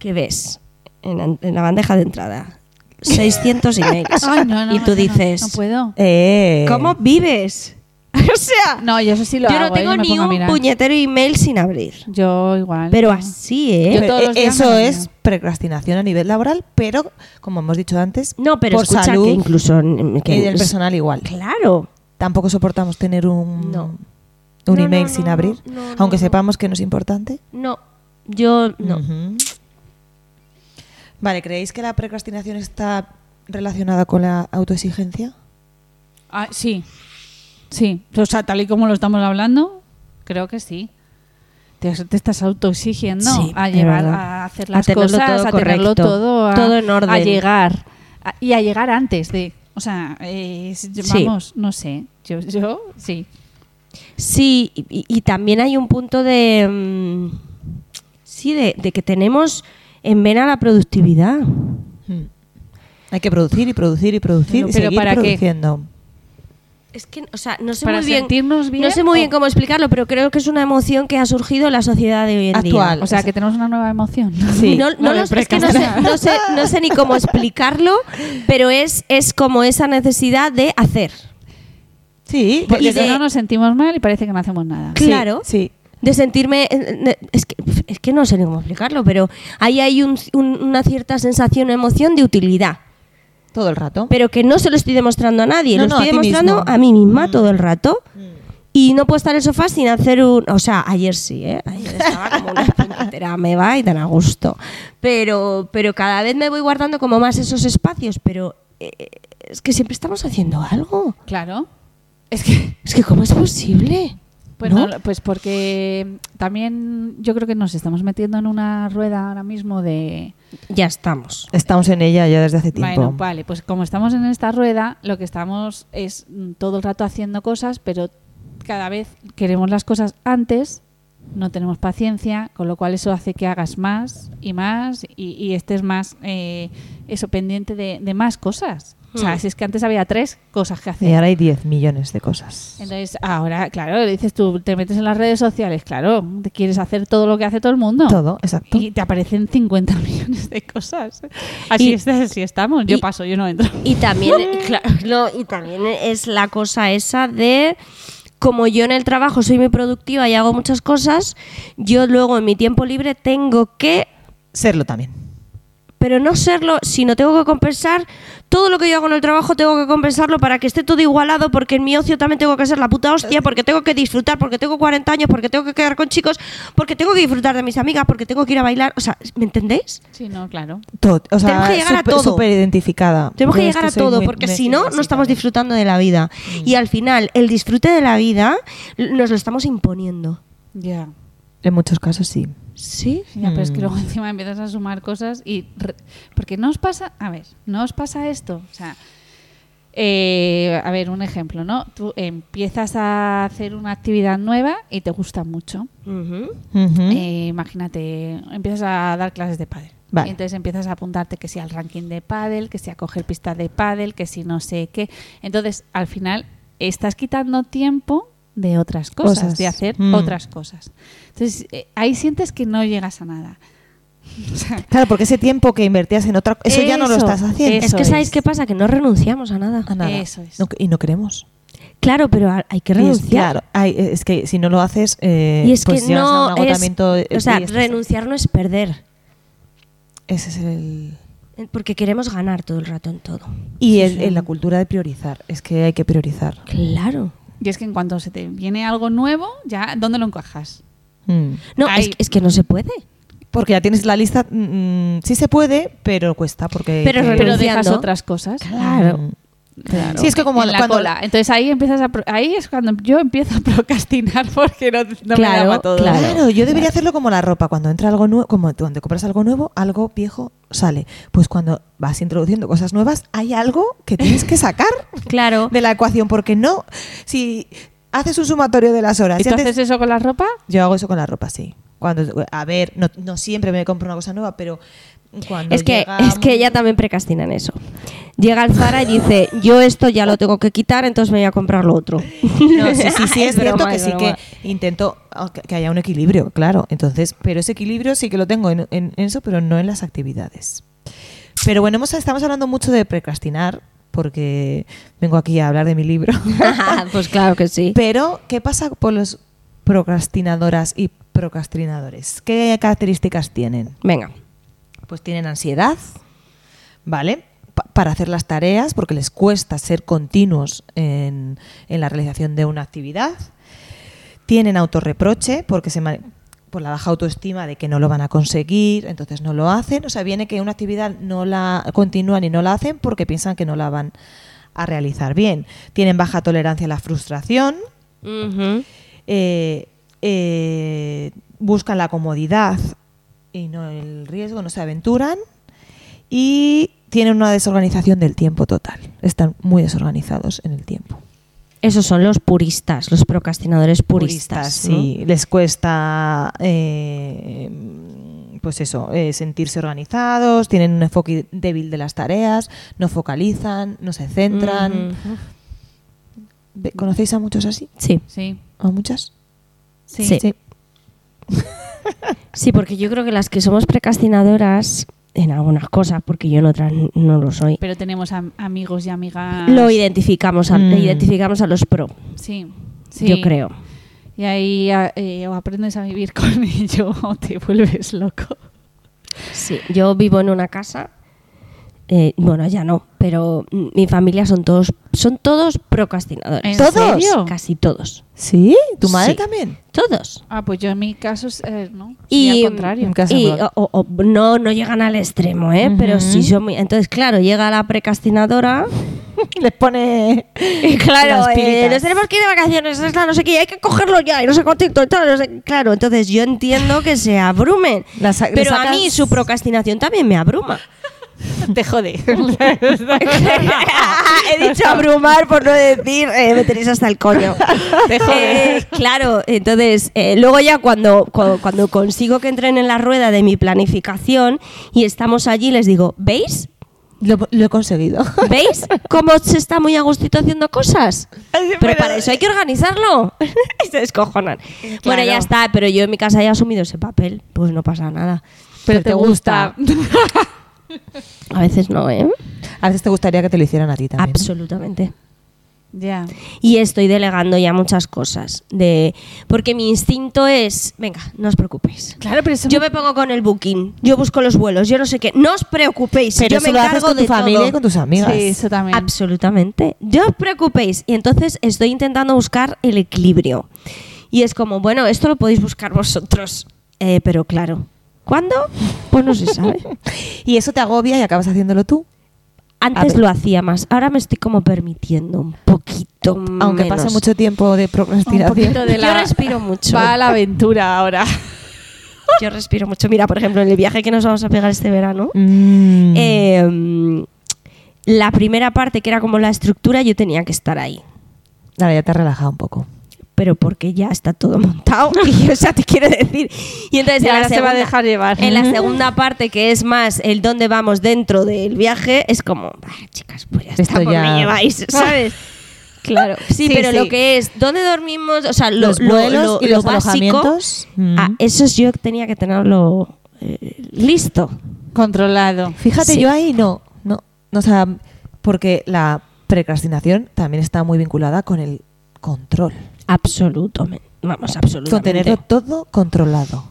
S3: que ves en, an- en la bandeja de entrada, 600 emails,
S2: Ay, no, no,
S3: y
S2: no,
S3: tú
S2: no,
S3: dices,
S2: No, puedo.
S1: Eh.
S3: ¿cómo vives? o sea,
S2: No, yo eso sí lo
S3: yo
S2: hago.
S3: no tengo
S2: eh, me
S3: ni
S2: pongo a
S3: un
S2: mirar.
S3: puñetero email sin abrir.
S2: Yo igual.
S3: Pero
S2: no.
S3: así, ¿eh?
S2: Yo
S1: Pero,
S2: todos
S1: eh,
S2: los días
S1: eso
S2: me lo
S1: es
S2: miro.
S1: precrastinación a nivel laboral, pero como hemos dicho antes,
S3: No, pero
S1: por
S3: escucha
S1: salud
S3: que incluso... mm, que-
S1: y del personal igual.
S3: Claro.
S1: Tampoco soportamos tener un,
S3: No.
S1: un
S3: No,
S1: email
S3: no,
S1: sin
S3: no,
S1: abrir,
S3: no, no,
S1: aunque
S3: no.
S1: sepamos que no es importante.
S3: No, Mm. yo no.
S1: Ujú. Vale, ¿creéis que la precrastinación está relacionada con la autoexigencia?
S2: Ah, sí. Sí. O sea, tal y como lo estamos hablando, creo que sí. Te, te estás autoexigiendo
S3: Sí,
S2: a
S3: es
S2: llevar,
S3: verdad.
S2: a hacer
S3: A
S2: las
S3: tenerlo
S2: cosas,
S3: todo
S2: a tenerlo
S3: correcto,
S2: todo, a,
S3: todo en orden.
S2: a llegar. A- y a llegar antes de. O sea, es-
S3: Sí.
S2: vamos, no sé. Yo, yo sí.
S3: Sí, y, y- y también hay un punto de. mm, sí, de, de que tenemos en vena la productividad. Hmm.
S1: Mm. Hay que producir y producir y producir
S2: Pero-
S1: y
S2: pero
S1: seguir
S2: ¿para qué?
S1: produciendo.
S3: Es que, o sea, no sé
S2: Para
S3: muy bien.
S2: sentirnos bien.
S3: no sé muy
S2: o-
S3: bien cómo explicarlo, pero creo que es una emoción que ha surgido en la sociedad de hoy en
S1: Actual.
S2: O sea, que tenemos una nueva emoción.
S1: Sí.
S3: No, no
S2: Vale,
S3: lo sé, es que no sé,
S2: precasa.
S3: no sé- no sé ni cómo explicarlo, pero es, es como esa necesidad de hacer.
S1: Sí,
S2: Porque
S3: Y
S2: si
S3: de-
S2: no Pues nos sentimos mal y parece que no hacemos nada.
S1: sí,
S3: Pues claro.
S1: Sí,
S3: De sentirme. eh, Es que, es que no sé ni cómo explicarlo, pero ahí hay un- un- una cierta sensación o emoción de utilidad.
S1: todo el rato.
S3: Pero que no se lo estoy demostrando a nadie,
S1: No,
S3: lo
S1: no,
S3: estoy
S1: a ti
S3: demostrando
S1: mismo.
S3: a mí misma todo el rato. Y no puedo estar en el sofá sin hacer un. O sea, ayer sí, ¿eh? Ayer estaba como una puñetera me va y tan a gusto. Pero, pero cada vez me voy guardando como más esos espacios, pero eh, es que siempre estamos haciendo algo.
S2: Claro. Es que.
S3: Es que, ¿cómo es posible?
S2: Pues,
S3: ¿No?
S2: no, pues porque también yo creo que nos estamos metiendo en una rueda ahora mismo de.
S3: Ya estamos.
S1: Estamos en ella ya desde hace tiempo.
S2: Bueno, vale, pues como estamos en esta rueda, lo que estamos es mm, todo el rato haciendo cosas, pero cada vez queremos las cosas antes, no tenemos paciencia, con lo cual eso hace que hagas más y más y, y estés más eh, eso pendiente de, de más cosas. O sea,
S3: Hmm.
S2: si es que antes había tres cosas que
S1: Y
S2: hacer.
S1: ahora hay 10 millones de cosas.
S2: Entonces, ahora, claro, le dices tú, te metes en las redes sociales, claro, te quieres hacer todo lo que hace todo el mundo.
S1: Todo, exacto.
S2: Y te aparecen 50 millones de cosas. Así,
S3: Y-
S2: es, así estamos. Yo
S3: y-
S2: paso, yo no entro.
S3: Y también, claro, no, y también es la cosa esa de como yo en el trabajo soy muy productiva y hago muchas cosas, yo luego en mi tiempo libre tengo que,
S1: Serlo también.
S3: pero no serlo, sino tengo que compensar todo lo que yo hago en el trabajo, tengo que compensarlo para que esté todo igualado, porque en mi ocio también tengo que ser la puta hostia, porque tengo que disfrutar, porque tengo 40 años, porque tengo que quedar con chicos, porque tengo que disfrutar de mis amigas, porque tengo que ir a bailar, o sea, ¿me entendéis?
S2: Sí, no, claro.
S1: Todo, o sea,
S3: Tenemos que llegar a
S1: súper-
S3: todo.
S1: súper identificada.
S3: Tenemos que
S1: Yo es
S3: llegar a
S1: soy
S3: todo,
S1: muy-
S3: porque
S1: me-
S3: si no, no estamos disfrutando de la vida. Y al final, el disfrute de la vida l- nos lo estamos imponiendo.
S2: Ya.
S1: En muchos casos sí.
S3: ¿Sí?
S2: Ya, pero es
S1: Mm.
S2: que luego encima empiezas a sumar cosas y... re- Porque no os pasa... A ver, no os pasa esto. O sea, eh, a ver, un ejemplo, ¿no? Tú empiezas a hacer una actividad nueva y te gusta mucho.
S1: Ujú.
S2: Eh, imagínate, empiezas a dar clases de pádel.
S1: Vale.
S2: Y entonces empiezas a apuntarte que si al ranking de pádel, que si a coger pistas de pádel, que si no sé qué. Entonces, al final, estás quitando tiempo de otras cosas,
S1: Cosas.
S2: de hacer
S1: Mm.
S2: otras cosas. Entonces, eh, ahí sientes que no llegas a nada. O sea,
S1: Claro, porque ese tiempo que invertías en otra eso, Ah. ya no lo
S2: Eso,
S1: estás haciendo.
S3: Es
S2: Eso
S3: que, ¿sabéis
S2: es.
S3: qué pasa? Que no renunciamos a nada.
S1: A nada.
S2: Eso es.
S1: No- y no queremos.
S3: Claro, pero a- hay
S1: Y
S3: que
S1: es-
S3: renunciar.
S1: claro, hay- es que si no lo haces, eh,
S3: Y es
S1: pues
S3: que
S1: llegas a un
S3: no es...
S1: agotamiento. eh,
S3: O sea,
S1: y estás-
S3: renunciar no es perder.
S1: Ese es el.
S3: Porque queremos ganar todo el rato en todo.
S1: Y el- en la cultura de priorizar. Es que hay que priorizar.
S3: Claro.
S2: y es que en cuanto se te viene algo nuevo, ya, ¿dónde lo encajas?
S1: Mm.
S3: No,
S2: Ay.
S3: es, es que no se puede.
S1: Porque ya tienes la lista. mm, sí se puede, pero cuesta. porque
S3: Pero
S1: que-
S2: Pero
S3: renunciando.
S2: dejas otras cosas.
S1: Mm.
S2: Claro.
S1: Sí, es que como
S2: en la
S1: cuando-
S2: cola. Entonces ahí empiezas a pro- ahí es cuando yo empiezo a procrastinar porque no, no
S3: Claro,
S2: me da pa' todo.
S1: Claro, yo debería hacerlo como la ropa. Cuando entra algo nuevo, como cuando compras algo nuevo, algo viejo sale. Pues cuando vas introduciendo cosas nuevas, hay algo que tienes que sacar
S3: Claro.
S1: de la ecuación. Porque no, si haces un sumatorio de las horas.
S2: ¿Y
S1: si
S2: tú
S1: haces-
S2: haces eso con la ropa?
S1: Yo hago eso con la ropa, sí. Cuando, a ver, no, no siempre me compro una cosa nueva, pero cuando
S3: Es que,
S1: llega-
S3: es que ella también precastina en eso. Llega al Zara y dice, yo esto ya lo tengo que quitar, entonces me voy a comprar lo otro.
S1: No, sí, sí, sí, es, cierto
S3: broma,
S1: que
S3: es
S1: sí que
S3: broma.
S1: intento ah, que- que haya un equilibrio, claro. Entonces, pero ese equilibrio sí que lo tengo en, en eso, pero no en las actividades. Pero bueno, hemos- estamos hablando mucho de procrastinar, porque vengo aquí a hablar de mi libro.
S3: pues claro que sí.
S1: pero, ¿qué pasa por los procrastinadoras y procrastinadores? ¿Qué características tienen?
S3: Venga.
S1: Pues tienen ansiedad, ¿vale? Pa- para hacer las tareas, porque les cuesta ser continuos en, en la realización de una actividad. Tienen autorreproche, porque se ma- por la baja autoestima de que no lo van a conseguir, entonces no lo hacen. O sea, viene que una actividad no la continúan y no la hacen porque piensan que no la van a realizar bien. Tienen baja tolerancia a la frustración, eh, eh, buscan la comodidad y no el riesgo, no se aventuran y tienen una desorganización del tiempo total. Están muy desorganizados en el tiempo.
S3: Esos son los puristas, los procrastinadores puristas. ¿no?
S1: sí. Les cuesta, eh, pues eso, eh, sentirse organizados, tienen un enfoque débil de las tareas, no focalizan, no se centran.
S3: Ujú.
S1: Ve- ¿Conocéis a muchos así?
S3: Sí.
S2: Sí.
S1: ¿A muchas?
S2: Sí.
S3: Sí. Sí, porque yo creo que las que somos procrastinadoras en algunas cosas, porque yo en otras n- no lo soy,
S2: Pero tenemos am- amigos y amigas.
S3: lo identificamos a,
S1: Mm.
S3: identificamos a los pro,
S2: Sí. sí.
S3: yo creo.
S2: Y ahí a- eh, o aprendes a vivir con ello o te vuelves loco.
S3: Sí, yo vivo en una casa, eh, bueno, ya no, pero mm, mi familia son todos, son todos procrastinadores.
S2: ¿En
S1: ¿Todos?
S2: serio?
S3: Casi todos.
S1: ¿Sí? ¿Tu madre
S3: Sí.
S1: también?
S3: Todos.
S2: Ah, pues yo en mi caso es, eh, no.
S3: Y-
S2: Y al contrario.
S1: Nunca se
S3: Y
S1: va.
S3: o- o- o no, no llegan al extremo, ¿eh? Pero sí
S1: Ujú.
S3: son muy... Entonces, claro, llega la procrastinadora...
S1: Les pone...
S3: Y claro,
S1: Las
S3: eh,
S1: piritas.
S3: nos tenemos que ir de vacaciones, es la no sé qué, hay que cogerlo ya, y no sé cuánto, y tal, no sé- Claro, entonces yo entiendo que se abrumen.
S1: La sa- le
S3: pero a
S1: sacas-
S3: mí su procrastinación también me abruma.
S1: Te jode.
S3: He dicho abrumar por no decir, eh, me tenéis hasta el coño. Eh, claro, entonces, eh, luego ya cuando, cu- cuando, consigo que entren en la rueda de mi planificación y estamos allí, les digo, ¿veis?
S1: Lo, lo he conseguido.
S3: ¿Veis cómo se está muy a gustito haciendo cosas? Pero para eso hay que organizarlo. y se descojonan. Bueno, ya está, pero yo en mi casa ya he asumido ese papel. Pues no pasa nada.
S1: Pero te gusta.
S3: A veces no, ¿eh?
S1: A veces te gustaría que te lo hicieran a ti también.
S3: Absolutamente.
S2: ya.
S3: Y estoy delegando ya muchas cosas. De... Porque mi instinto es, venga, no os preocupéis.
S2: Claro, pero eso
S3: Yo me pongo con el booking, yo busco los vuelos, yo no sé qué. No os preocupéis,
S1: Pero
S3: yo
S1: eso
S3: me
S1: lo haces
S3: encargo
S1: con tu
S3: de
S1: familia
S3: todo.
S1: y con tus amigas.
S2: Sí, eso también.
S3: Absolutamente. No os preocupéis. Y entonces estoy intentando buscar el equilibrio. Y es como, bueno, esto lo podéis buscar vosotros. Eh, pero claro, ¿cuándo? Pues no se sabe.
S1: Y eso te agobia y acabas haciéndolo tú.
S3: Antes
S1: ver.
S3: lo hacía más. Ahora me estoy como permitiendo un poquito
S1: Aunque pase
S3: menos.
S1: mucho tiempo de
S2: Un poquito
S1: procrastinación.
S2: de
S3: Yo
S2: la.
S3: respiro mucho.
S2: Va a la aventura ahora.
S3: Yo respiro mucho. Mira, por ejemplo, en el viaje que nos vamos a pegar este verano,
S1: Mm.
S3: eh, mm, la primera parte que era como la estructura, yo tenía que estar ahí.
S1: Ahora ya te has relajado un poco.
S3: pero porque ya está todo montado. Y, o sea, te quiero decir. Y entonces
S2: Y
S3: en la
S2: ahora se va a
S3: segunda-
S2: dejar llevar.
S3: En la segunda parte, que es más el dónde vamos dentro del viaje, es como, "Bah, chicas, pues ya está,
S1: Esto
S3: pues
S1: ya-
S3: me lleváis, ¿sabes? Claro. Sí,
S1: Sí,
S3: pero
S1: sí.
S3: lo que es, ¿dónde dormimos? O sea, lo-
S1: Los
S3: lo-
S1: vuelos
S3: lo-
S1: y
S3: lo
S1: los
S3: básico,
S1: alojamientos. Mm.
S3: ah, eso yo tenía que tenerlo eh, listo.
S2: Controlado.
S1: Fíjate,
S3: Sí.
S1: yo ahí no, no, no, o sea, porque la procrastinación también está muy vinculada con el control,
S3: Absolutamente. Vamos,
S1: con
S3: absolutamente.
S1: tenerlo todo controlado.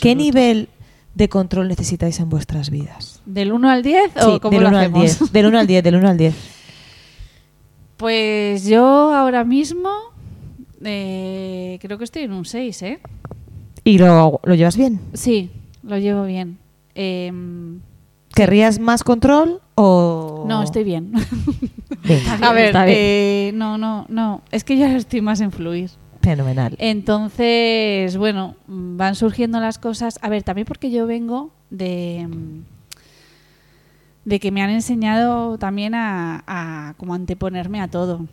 S1: ¿Qué nivel de control necesitáis en vuestras vidas?
S2: ¿Del 1 al 10
S1: Sí,
S2: o cómo
S1: del
S2: lo
S1: 1 al
S2: hacemos?
S1: 10, del 1 al 10, del 1 al 10.
S2: Pues yo ahora mismo eh, creo que estoy en un 6, ¿eh?
S1: ¿Y lo, lo llevas bien?
S2: Sí, lo llevo bien. Em,
S1: ¿Querrías más control o...?
S2: no, estoy bien.
S1: Venga,
S2: A ver,
S3: está bien.
S2: eh, no, no, no. Es que ya estoy más en fluir.
S1: fenomenal.
S2: eh, Entonces, bueno, mm, van surgiendo las cosas. A ver, también porque yo vengo de mm, de que me han enseñado también a, a como anteponerme a todo,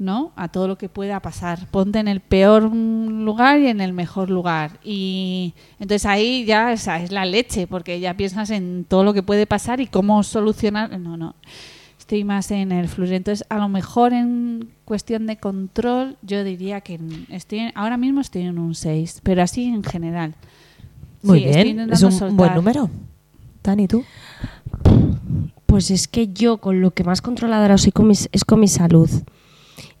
S2: ¿no? A todo lo que pueda pasar. Ponte en el peor mm, lugar y en el mejor lugar. Y entonces ahí ya esa es la leche, porque ya piensas en todo lo que puede pasar y cómo solucionar. No, no. Estoy más en el fluir. Entonces, a lo mejor en cuestión de control, yo diría que en- estoy en- ahora mismo estoy en un 6, pero así en general.
S1: Muy
S2: Sí, estoy
S1: bien, es
S2: intentando
S1: un buen
S2: soltar.
S1: número. Tani, ¿tú?
S3: Pues es que yo con lo que más controladora soy con mis- es con mi salud.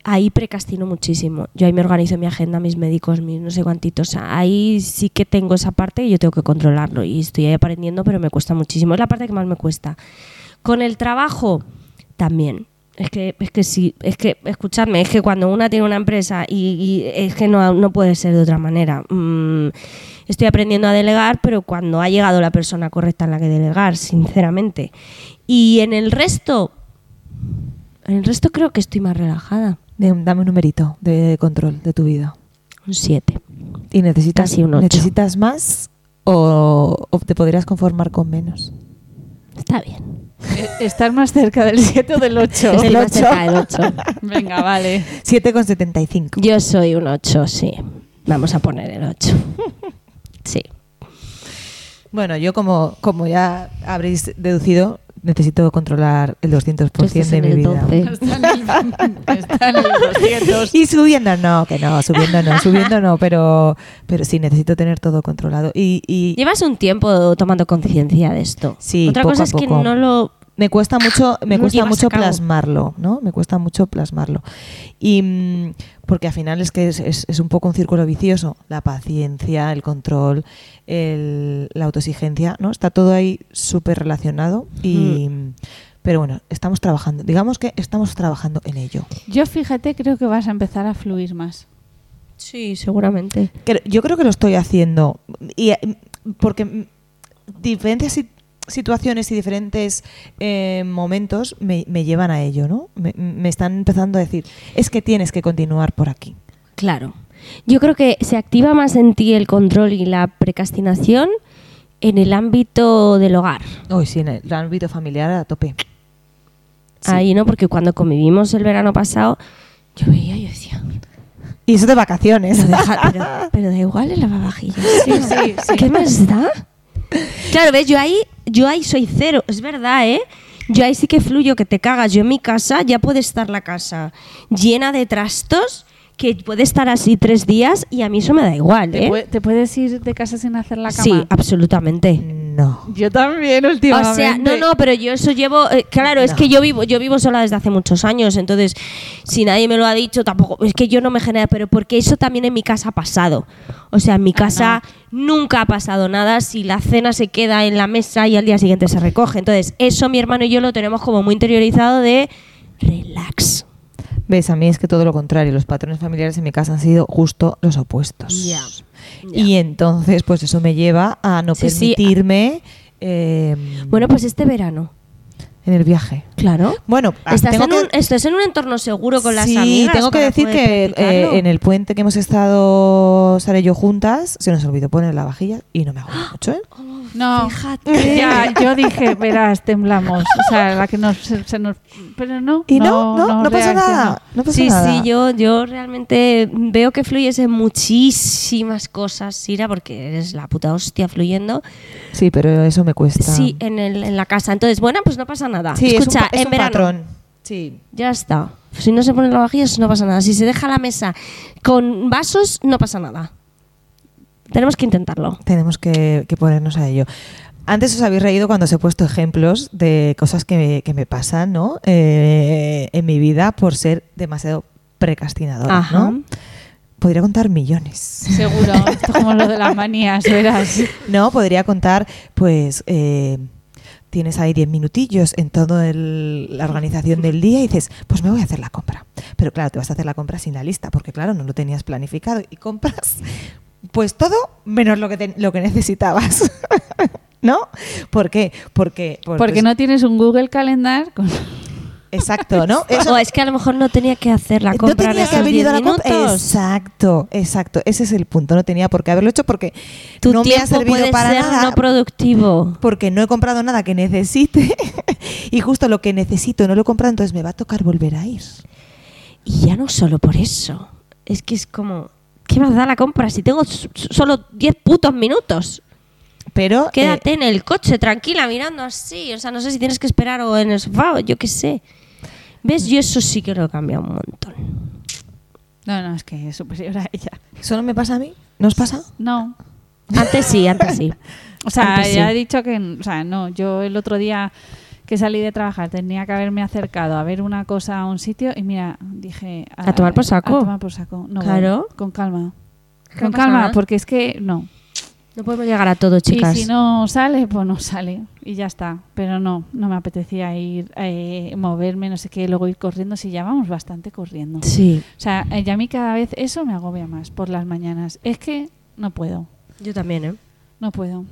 S3: Ahí precastino muchísimo. Yo ahí me organizo mi agenda, mis médicos, mis no sé cuantitos. O sea, ahí sí que tengo esa parte y yo tengo que controlarlo. Y estoy ahí aprendiendo, pero me cuesta muchísimo. Es la parte que más me cuesta. Con el trabajo, también. Es que, es que sí, es que, escuchadme, es que cuando una tiene una empresa y, y es que no, no puede ser de otra manera. Mm, estoy aprendiendo a delegar, pero cuando ha llegado la persona correcta en la que delegar, sinceramente. Y en el resto, en el resto creo que estoy más relajada.
S1: Ven, Dame un numerito de control de tu vida.
S3: Un 7.
S1: ¿Y necesitas,
S3: Casi un ocho.
S1: necesitas más o, o te podrías conformar con menos?
S3: Está bien.
S2: E- Estar más cerca del 7 o del 8.
S1: Es
S3: Estoy
S1: el
S3: más
S1: ocho.
S3: cerca del 8.
S2: Venga, vale.
S1: 7,75.
S3: Yo soy un 8, sí. Vamos a poner el 8. Sí.
S1: Bueno, yo como, como ya habréis deducido, necesito controlar el 200%
S3: Tú estás
S1: de
S3: en
S1: mi
S3: el
S1: vida.
S3: 12.
S2: Está en el, está en el 200.
S1: Y subiendo no, que no, subiendo no, subiendo no, pero, pero sí, necesito tener todo controlado. Y, y
S3: Llevas un tiempo tomando conciencia de esto.
S1: Sí,
S3: Otra
S1: poco
S3: cosa
S1: a
S3: es que
S1: poco.
S3: no lo.
S1: me cuesta mucho, me
S3: Lo
S1: cuesta
S3: llevas
S1: mucho
S3: a cabo.
S1: plasmarlo, ¿no? Me cuesta mucho plasmarlo. Y mm, porque al final es que es, es- es un poco un círculo vicioso. La paciencia, el control, el- la autoexigencia, ¿no? Está todo ahí súper relacionado. Y,
S3: Mm.
S1: Pero bueno, estamos trabajando. Digamos que estamos trabajando en ello.
S2: Yo fíjate, creo que vas a empezar a fluir más.
S3: Sí, seguramente.
S1: Cre- Yo creo que lo estoy haciendo. Y, eh, porque mm, diferentes si- situaciones y diferentes eh, momentos me, me llevan a ello, ¿no? Me, me están empezando a decir, es que tienes que continuar por aquí.
S3: Claro. Yo creo que se activa más en ti el control y la precastinación en el ámbito del hogar.
S1: Hoy sí, en el ámbito familiar a tope. Sí.
S3: Ahí, ¿no? Porque cuando convivimos el verano pasado, yo veía y yo decía,
S1: Y eso de vacaciones.
S3: pero, deja- pero, pero da igual el lavavajillas.
S2: Sí, sí, sí.
S3: ¿Qué más da? Claro, ves, yo ahí, yo ahí soy cero, es verdad, ¿eh? Yo ahí sí que fluyo, que te cagas. Yo en mi casa ya puede estar la casa llena de trastos, que puede estar así tres días y a mí eso me da igual,
S2: ¿Te,
S3: ¿eh?
S2: pue- te puedes ir de casa sin hacer la cama?
S3: Sí,
S1: Mm.
S3: absolutamente.
S1: No.
S2: Yo también
S3: O sea, no, no, pero yo eso llevo, eh, claro, es
S1: No.
S3: que yo vivo, yo vivo sola desde hace muchos años, entonces si nadie me lo ha dicho tampoco, es que yo no me genera, pero porque eso también en mi casa ha pasado. O sea, en mi casa nunca ha pasado nada si la cena se queda en la mesa y al día siguiente se recoge. Entonces, eso mi hermano y yo lo tenemos como muy interiorizado de relax.
S1: ¿Ves? A mí es que todo lo contrario. Los patrones familiares en mi casa han sido justo los opuestos.
S3: Ya,
S1: Y entonces, pues eso me lleva a no
S3: Sí, sí.
S1: permitirme eh,
S3: Bueno, pues este verano,
S1: en el viaje.
S3: claro.
S1: Bueno, ah,
S3: Estás
S1: tengo
S3: en,
S1: que-
S3: un, estás en un entorno seguro con las
S1: sí,
S3: amigas.
S1: tengo que
S3: para
S1: decir
S3: poder
S1: que
S3: practicarlo.
S1: eh, en el puente que hemos estado Sara y yo juntas, se nos olvidó poner la vajilla y no me
S3: ¡Ah!
S1: acuerdo mucho, ¿eh?
S3: Oh,
S2: No.
S3: Fíjate.
S2: Ya, yo dije, verás, temblamos. O sea, la que nos, se, se nos... Pero no.
S1: Y no, no, no, pasa
S2: realmente
S1: nada. No pasa
S3: sí,
S1: nada.
S3: sí, yo, yo realmente veo que fluyes en muchísimas cosas, Sira, porque eres la puta hostia fluyendo.
S1: Sí, pero eso me cuesta.
S3: Sí, en, el- en la casa. Entonces, bueno, pues no pasa nada.
S1: Sí, es un
S3: Escucha,
S1: pa- es un,
S3: en verano.
S1: patrón. Sí.
S3: Ya está. Si no se ponen las vajillas, no pasa nada. Si se deja la mesa con vasos, no pasa nada. Tenemos que intentarlo.
S1: Tenemos que, que ponernos a ello. Antes os habéis reído cuando os he puesto ejemplos de cosas que me, que me pasan, ¿no? Eh, en mi vida por ser demasiado precastinadora,
S3: Ajá.
S1: ¿no? Podría contar millones.
S2: Seguro. Esto es como lo de las manías, verás.
S1: No, podría contar, pues, eh, tienes ahí 10 minutillos en toda la organización del día y dices, pues me voy a hacer la compra. Pero claro, te vas a hacer la compra sin la lista, porque claro, no lo tenías planificado y compras, pues todo menos lo que, te- lo que necesitabas. ¿No? ¿Por qué? Porque, por-
S2: Porque
S1: pues,
S2: no tienes un Google Calendar. con-
S1: Exacto, ¿no?
S3: o es que a lo mejor no tenía que hacer la
S1: No
S3: compra en
S1: tenía que
S3: esos
S1: haber ido
S3: 10
S1: a la compra.
S3: minutos.
S1: Exacto, exacto. Ese es el punto. No tenía por qué haberlo hecho porque
S3: Tu
S1: no me ha
S3: tiempo
S1: servido
S3: puede
S1: para
S3: ser
S1: nada
S3: no productivo.
S1: porque no he comprado nada que necesite y justo lo que necesito no lo he comprado, entonces me va a tocar volver a ir.
S3: Y ya no solo por eso. Es que es como, ¿qué más da la compra si tengo s- s- solo 10 putos minutos?
S1: Pero eh,
S3: Quédate en el coche tranquila mirando así. O sea, no sé si tienes que esperar o en el sofá o yo qué sé. ¿Ves? Yo eso sí que lo he cambiado un montón.
S2: No, no, es que es superior a ella.
S1: ¿solo me pasa a mí? ¿Nos pasa?
S2: No.
S3: Antes sí, antes sí.
S2: O sea,
S3: Antes sí.
S2: ya he dicho que, o sea, no, yo el otro día que salí de trabajar tenía que haberme acercado a ver una cosa a un sitio y mira, dije...
S3: A tomar por saco.
S2: A tomar por saco. No,
S3: Claro.
S2: voy, Con calma.
S3: Que
S2: Con
S3: no pasa
S2: calma,
S3: nada.
S2: porque es que no.
S3: No podemos llegar a todo, chicas.
S2: Y si no sale, pues no sale. Y ya está. Pero no, no me apetecía ir, eh, moverme, no sé qué, luego ir corriendo, si ya vamos bastante corriendo.
S3: Sí,
S2: O sea, eh, y a mí cada vez eso me agobia más por las mañanas. Es que no puedo,
S3: yo también, ¿eh?
S2: no puedo.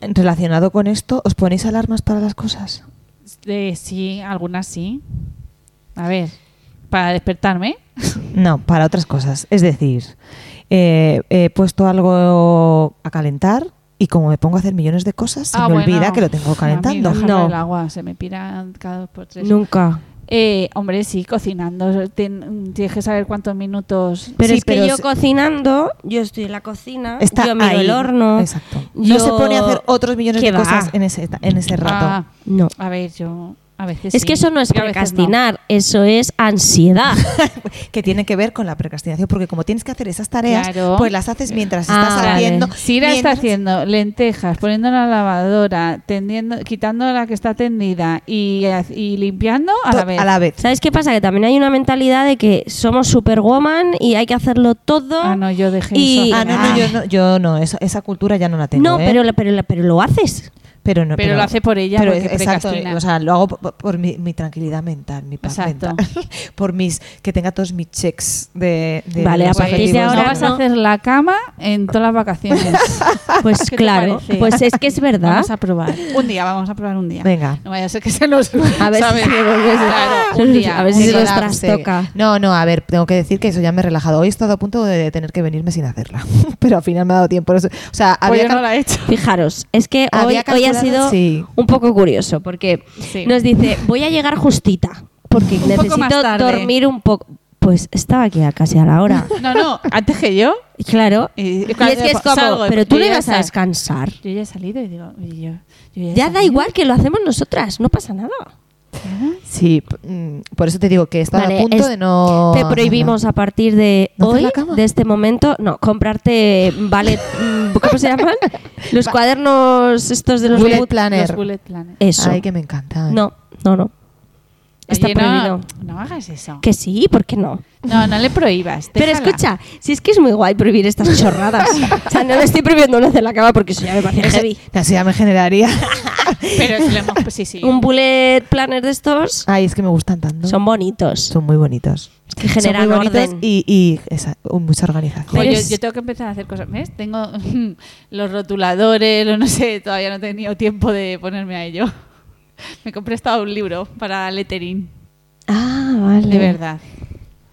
S1: Relacionado con esto, ¿os ponéis alarmas para las cosas?
S2: Eh, sí, algunas sí. A ver, para despertarme.
S1: No, para otras cosas. Es decir, eh, he puesto algo a calentar y como me pongo a hacer millones de cosas, se
S2: Ah,
S1: me
S2: bueno.
S1: olvida que lo tengo calentando.
S2: A mí dejarlo
S3: No.
S2: El agua se me pira cada dos por tres.
S3: Nunca.
S2: Eh, hombre, sí, cocinando. Ten- Tienes que saber cuántos minutos.
S3: Pero
S1: Sí,
S3: es que
S1: pero
S3: yo
S1: se-
S3: cocinando, yo estoy en la cocina,
S1: Está
S3: yo miro
S1: ahí.
S3: el horno.
S1: Exacto. No
S3: yo-
S1: se pone a hacer otros millones
S3: ¿Qué
S1: de
S3: va?
S1: cosas en ese, eta- en ese rato.
S2: Ah,
S3: No.
S2: a ver, yo a veces
S3: Es
S2: sí,
S3: que eso no es
S2: y a veces
S3: procrastinar, eso es ansiedad.
S1: que tiene que ver con la procrastinación, porque como tienes que hacer esas tareas,
S2: Claro.
S1: pues las haces mientras
S3: Ah,
S1: estás
S3: vale.
S1: haciendo.
S2: Si la está
S1: mientras-
S2: haciendo lentejas, poniendo la lavadora, tendiendo, quitando la que está tendida y, y limpiando a la vez.
S1: A la vez.
S3: ¿Sabes qué pasa? Que también hay una mentalidad de que somos superwoman y hay que hacerlo todo.
S2: Ah, no, yo dejé
S3: Y-
S2: eso.
S1: Ah, no, no, yo no, yo no, esa, esa cultura ya no la tengo.
S3: No,
S1: ¿eh?
S3: pero, la- pero, la- pero lo haces.
S1: Pero no,
S2: Pero lo hace por ella, porque
S1: exacto, eh,
S2: precastina.
S1: o sea, lo hago por, por mi, mi tranquilidad mental, mi paz
S2: Exacto.
S1: mental, por mis que tenga todos mis checks de, de
S3: Vale,
S1: los
S3: a partir de
S1: objetivos,
S3: ahora
S2: no vas a
S3: no.
S2: hacer la cama en todas las vacaciones.
S3: Pues
S2: ¿Qué te
S3: claro,
S2: parece?
S3: pues es que es verdad.
S2: Vamos a probar. Un día, vamos a probar un día.
S1: Venga.
S2: No vaya a ser que se nos.
S3: A ver si
S2: ¿sabes?
S3: se vuelve-
S2: Claro, un día. Pues
S3: A ver si
S2: un
S3: se
S2: día.
S3: los
S1: colapse.
S3: trastoca.
S1: No, no, a ver, tengo que decir que eso ya me he relajado. Hoy he estado a punto de tener que venirme sin hacerla, pero al final me ha dado tiempo. O sea,
S2: Pues
S1: había
S2: yo no
S1: cal-
S2: la he hecho.
S3: Fijaros, es que hoy,
S1: Había
S3: hoy ha
S1: calculado-
S3: sido
S1: sí.
S3: un poco curioso porque
S2: Sí.
S3: nos dice, voy a llegar justita porque
S2: Un poco más
S3: necesito
S2: tarde.
S3: dormir un poco. Pues estaba aquí a casi a la hora.
S2: No, no, antes que yo.
S3: Claro.
S2: Y-
S3: Y,
S2: cuando
S3: es que es como,
S2: salgo,
S3: pero tú
S2: yo
S3: no
S2: ya
S3: ibas a
S2: sal-
S3: descansar.
S2: Yo ya he salido y digo, y yo, yo ya, he
S3: Ya da
S2: salido. ¿Eh?
S3: igual que lo hacemos nosotras, no pasa nada.
S1: Sí, p- mm, por eso te digo que he estado
S3: Vale,
S1: a punto
S3: es-
S1: de no
S3: Te prohibimos a partir de
S1: ¿No hacer
S3: hoy,
S1: la cama?
S3: de este momento, no, comprarte vale, mm, ¿cómo se llaman? Los cuadernos estos de los
S1: Bullet
S3: bullet-
S1: planner.
S2: Los bullet planner.
S3: Eso.
S1: Ay, que me encanta.
S3: No, no, no. Está
S2: Oye,
S3: prohibido.
S2: no, no hagas eso.
S3: Que sí, ¿por qué no?
S2: No, no le prohíbas. déjala.
S3: Pero escucha, si es que es muy guay prohibir estas chorradas. o sea, no le estoy prohibiendo no hacer la cama porque eso ya me parece heavy.
S1: La ansiedad me generaría.
S2: Pero si lo hemos. pues sí, sí.
S3: Un bullet planner de estos
S1: Ay, es que me gustan tanto.
S3: son bonitos.
S1: Ah, Son muy bonitos.
S3: Que
S1: Son
S3: generan
S1: muy bonitos
S3: orden.
S1: y, y esa- uh, mucha organización.
S2: Jo, yo,
S3: Eres-
S2: yo tengo que empezar a hacer cosas. ¿Ves? Tengo los rotuladores, lo no sé, todavía no he tenido tiempo de ponerme a ello. Me compré estado un libro para lettering,
S3: Ah, vale.
S2: de verdad.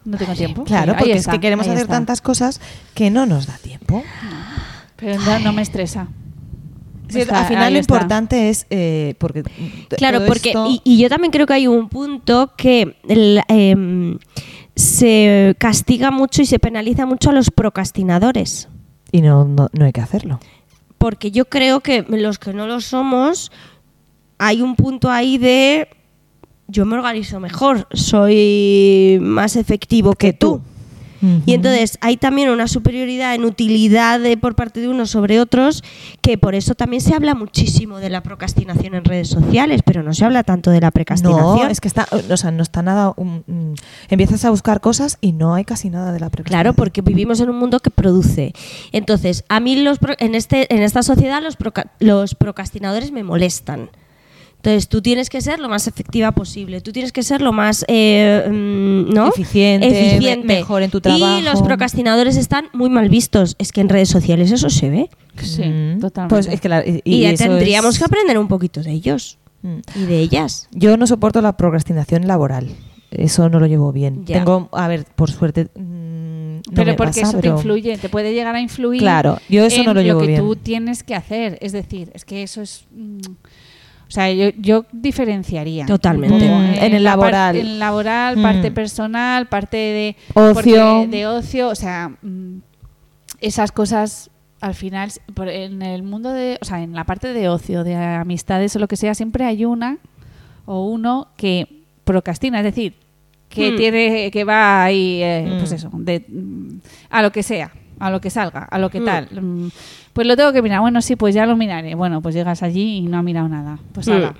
S2: No tengo tiempo.
S1: Claro,
S2: Ahí
S1: porque
S2: está,
S1: es que queremos
S2: ahí
S1: hacer
S2: está.
S1: tantas cosas que no nos da tiempo.
S2: Pero no, no me estresa.
S1: Sí,
S2: Está-
S1: Pues, al final
S2: ahí
S1: lo
S2: está.
S1: importante es eh, porque t-
S3: Claro,
S1: todo
S3: porque
S1: esto-
S3: y, y yo también creo que hay un punto que el, em, se castiga mucho y se penaliza mucho a los procrastinadores.
S1: y no, no, no hay que hacerlo.
S3: Porque yo creo que los que no lo somos, hay un punto ahí de yo me organizo mejor, soy más efectivo que tú. Y entonces hay también una superioridad en utilidad de- por parte de unos sobre otros, que por eso también se habla muchísimo de la procrastinación en redes sociales, pero no se habla tanto de la precastinación.
S1: no, es que está, o sea, no está nada. um, mm, empiezas a buscar cosas y no hay casi nada de la
S3: Claro,
S1: procrastinación.
S3: porque vivimos en un mundo que produce. Entonces, a mí los pro- en, este, en esta sociedad los, proca- los procrastinadores me molestan. Entonces, tú tienes que ser lo más efectiva posible, tú tienes que ser lo más eh, mm, ¿no?
S1: Eficiente,
S3: Eficiente.
S1: me- mejor en tu trabajo.
S3: Y los procrastinadores están muy mal vistos. Es que en redes sociales eso se ve.
S2: Sí,
S1: Mm.
S2: totalmente.
S1: Pues es que la- y,
S3: Y,
S1: y
S3: ya
S1: eso
S3: tendríamos
S1: es-
S3: que aprender un poquito de ellos
S1: Mm.
S3: y de ellas.
S1: Yo no soporto la procrastinación laboral. Eso no lo llevo bien.
S3: Ya.
S1: Tengo, a ver, por suerte. mm, no
S2: pero
S1: me
S2: porque
S1: pasa,
S2: eso
S1: pero-
S2: te influye, te puede llegar a influir.
S1: Claro, yo eso
S2: en
S1: no lo llevo
S2: que
S1: bien.
S2: tú tienes que hacer. Es decir, es que eso es. mm, o sea, yo, yo diferenciaría.
S3: Totalmente.
S2: un poco,
S1: Mm,
S2: eh,
S1: en el
S2: la par-
S1: laboral.
S2: En el laboral,
S1: Mm.
S2: parte personal, parte de
S1: Ocio.
S2: porque De ocio, o sea, mm, esas cosas al final, por- en el mundo de. O sea, en la parte de ocio, de amistades o lo que sea, siempre hay una o uno que procrastina, es decir, que
S3: Mm.
S2: tiene que va ahí, eh,
S1: Mm.
S2: pues eso, de, mm, a lo que sea, a lo que salga, a lo que
S3: Mm.
S2: tal. Mm, Pues lo tengo que mirar. Bueno, sí, pues ya lo miraré. Bueno, pues llegas allí y no ha mirado nada. Pues
S3: Mm.
S2: ala.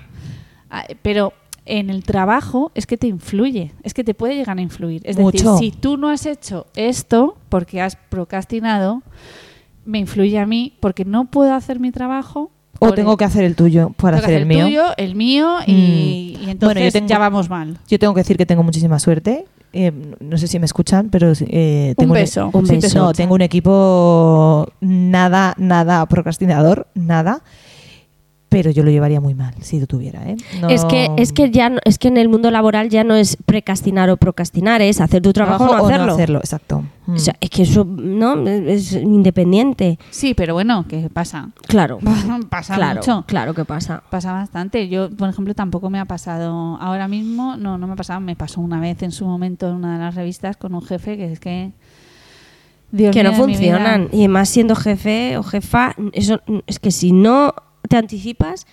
S2: Ah, Pero en el trabajo es que te influye, es que te puede llegar a influir. Es
S1: Mucho.
S2: decir, si tú no has hecho esto porque has procrastinado, me influye a mí porque no puedo hacer mi trabajo.
S1: O
S2: por
S1: tengo
S2: el-
S1: que hacer el tuyo para
S2: tengo
S1: hacer
S2: que
S1: el mío. Mm.
S2: tuyo, el mío y, y entonces
S1: Bueno, yo tengo-
S2: ya vamos mal.
S1: Yo tengo que decir que tengo muchísima suerte. Eh, no sé si me escuchan, pero eh, tengo
S2: beso.
S1: Un,
S3: Un
S1: sí, te-
S3: beso.
S1: no, tengo un equipo nada, nada procrastinador, nada. pero yo lo llevaría muy mal si lo tuviera. ¿eh? No-
S3: Es que es que ya no- es que en el mundo laboral ya no es precastinar o procrastinar, es hacer tu trabajo, o no hacerlo.
S1: exacto. Mm.
S3: O sea, es que eso no es independiente.
S2: Sí, pero bueno, ¿qué pasa?
S3: Claro.
S2: pasa
S3: claro,
S2: mucho.
S3: claro que pasa.
S2: Pasa bastante. Yo, por ejemplo, tampoco me ha pasado ahora mismo, no, no me ha pasado, me pasó una vez en su momento en una de las revistas con un jefe que es que... Dios
S3: que
S2: mío
S3: no
S2: de mi vida.
S3: funcionan y además siendo jefe o jefa, eso es que si no te anticipas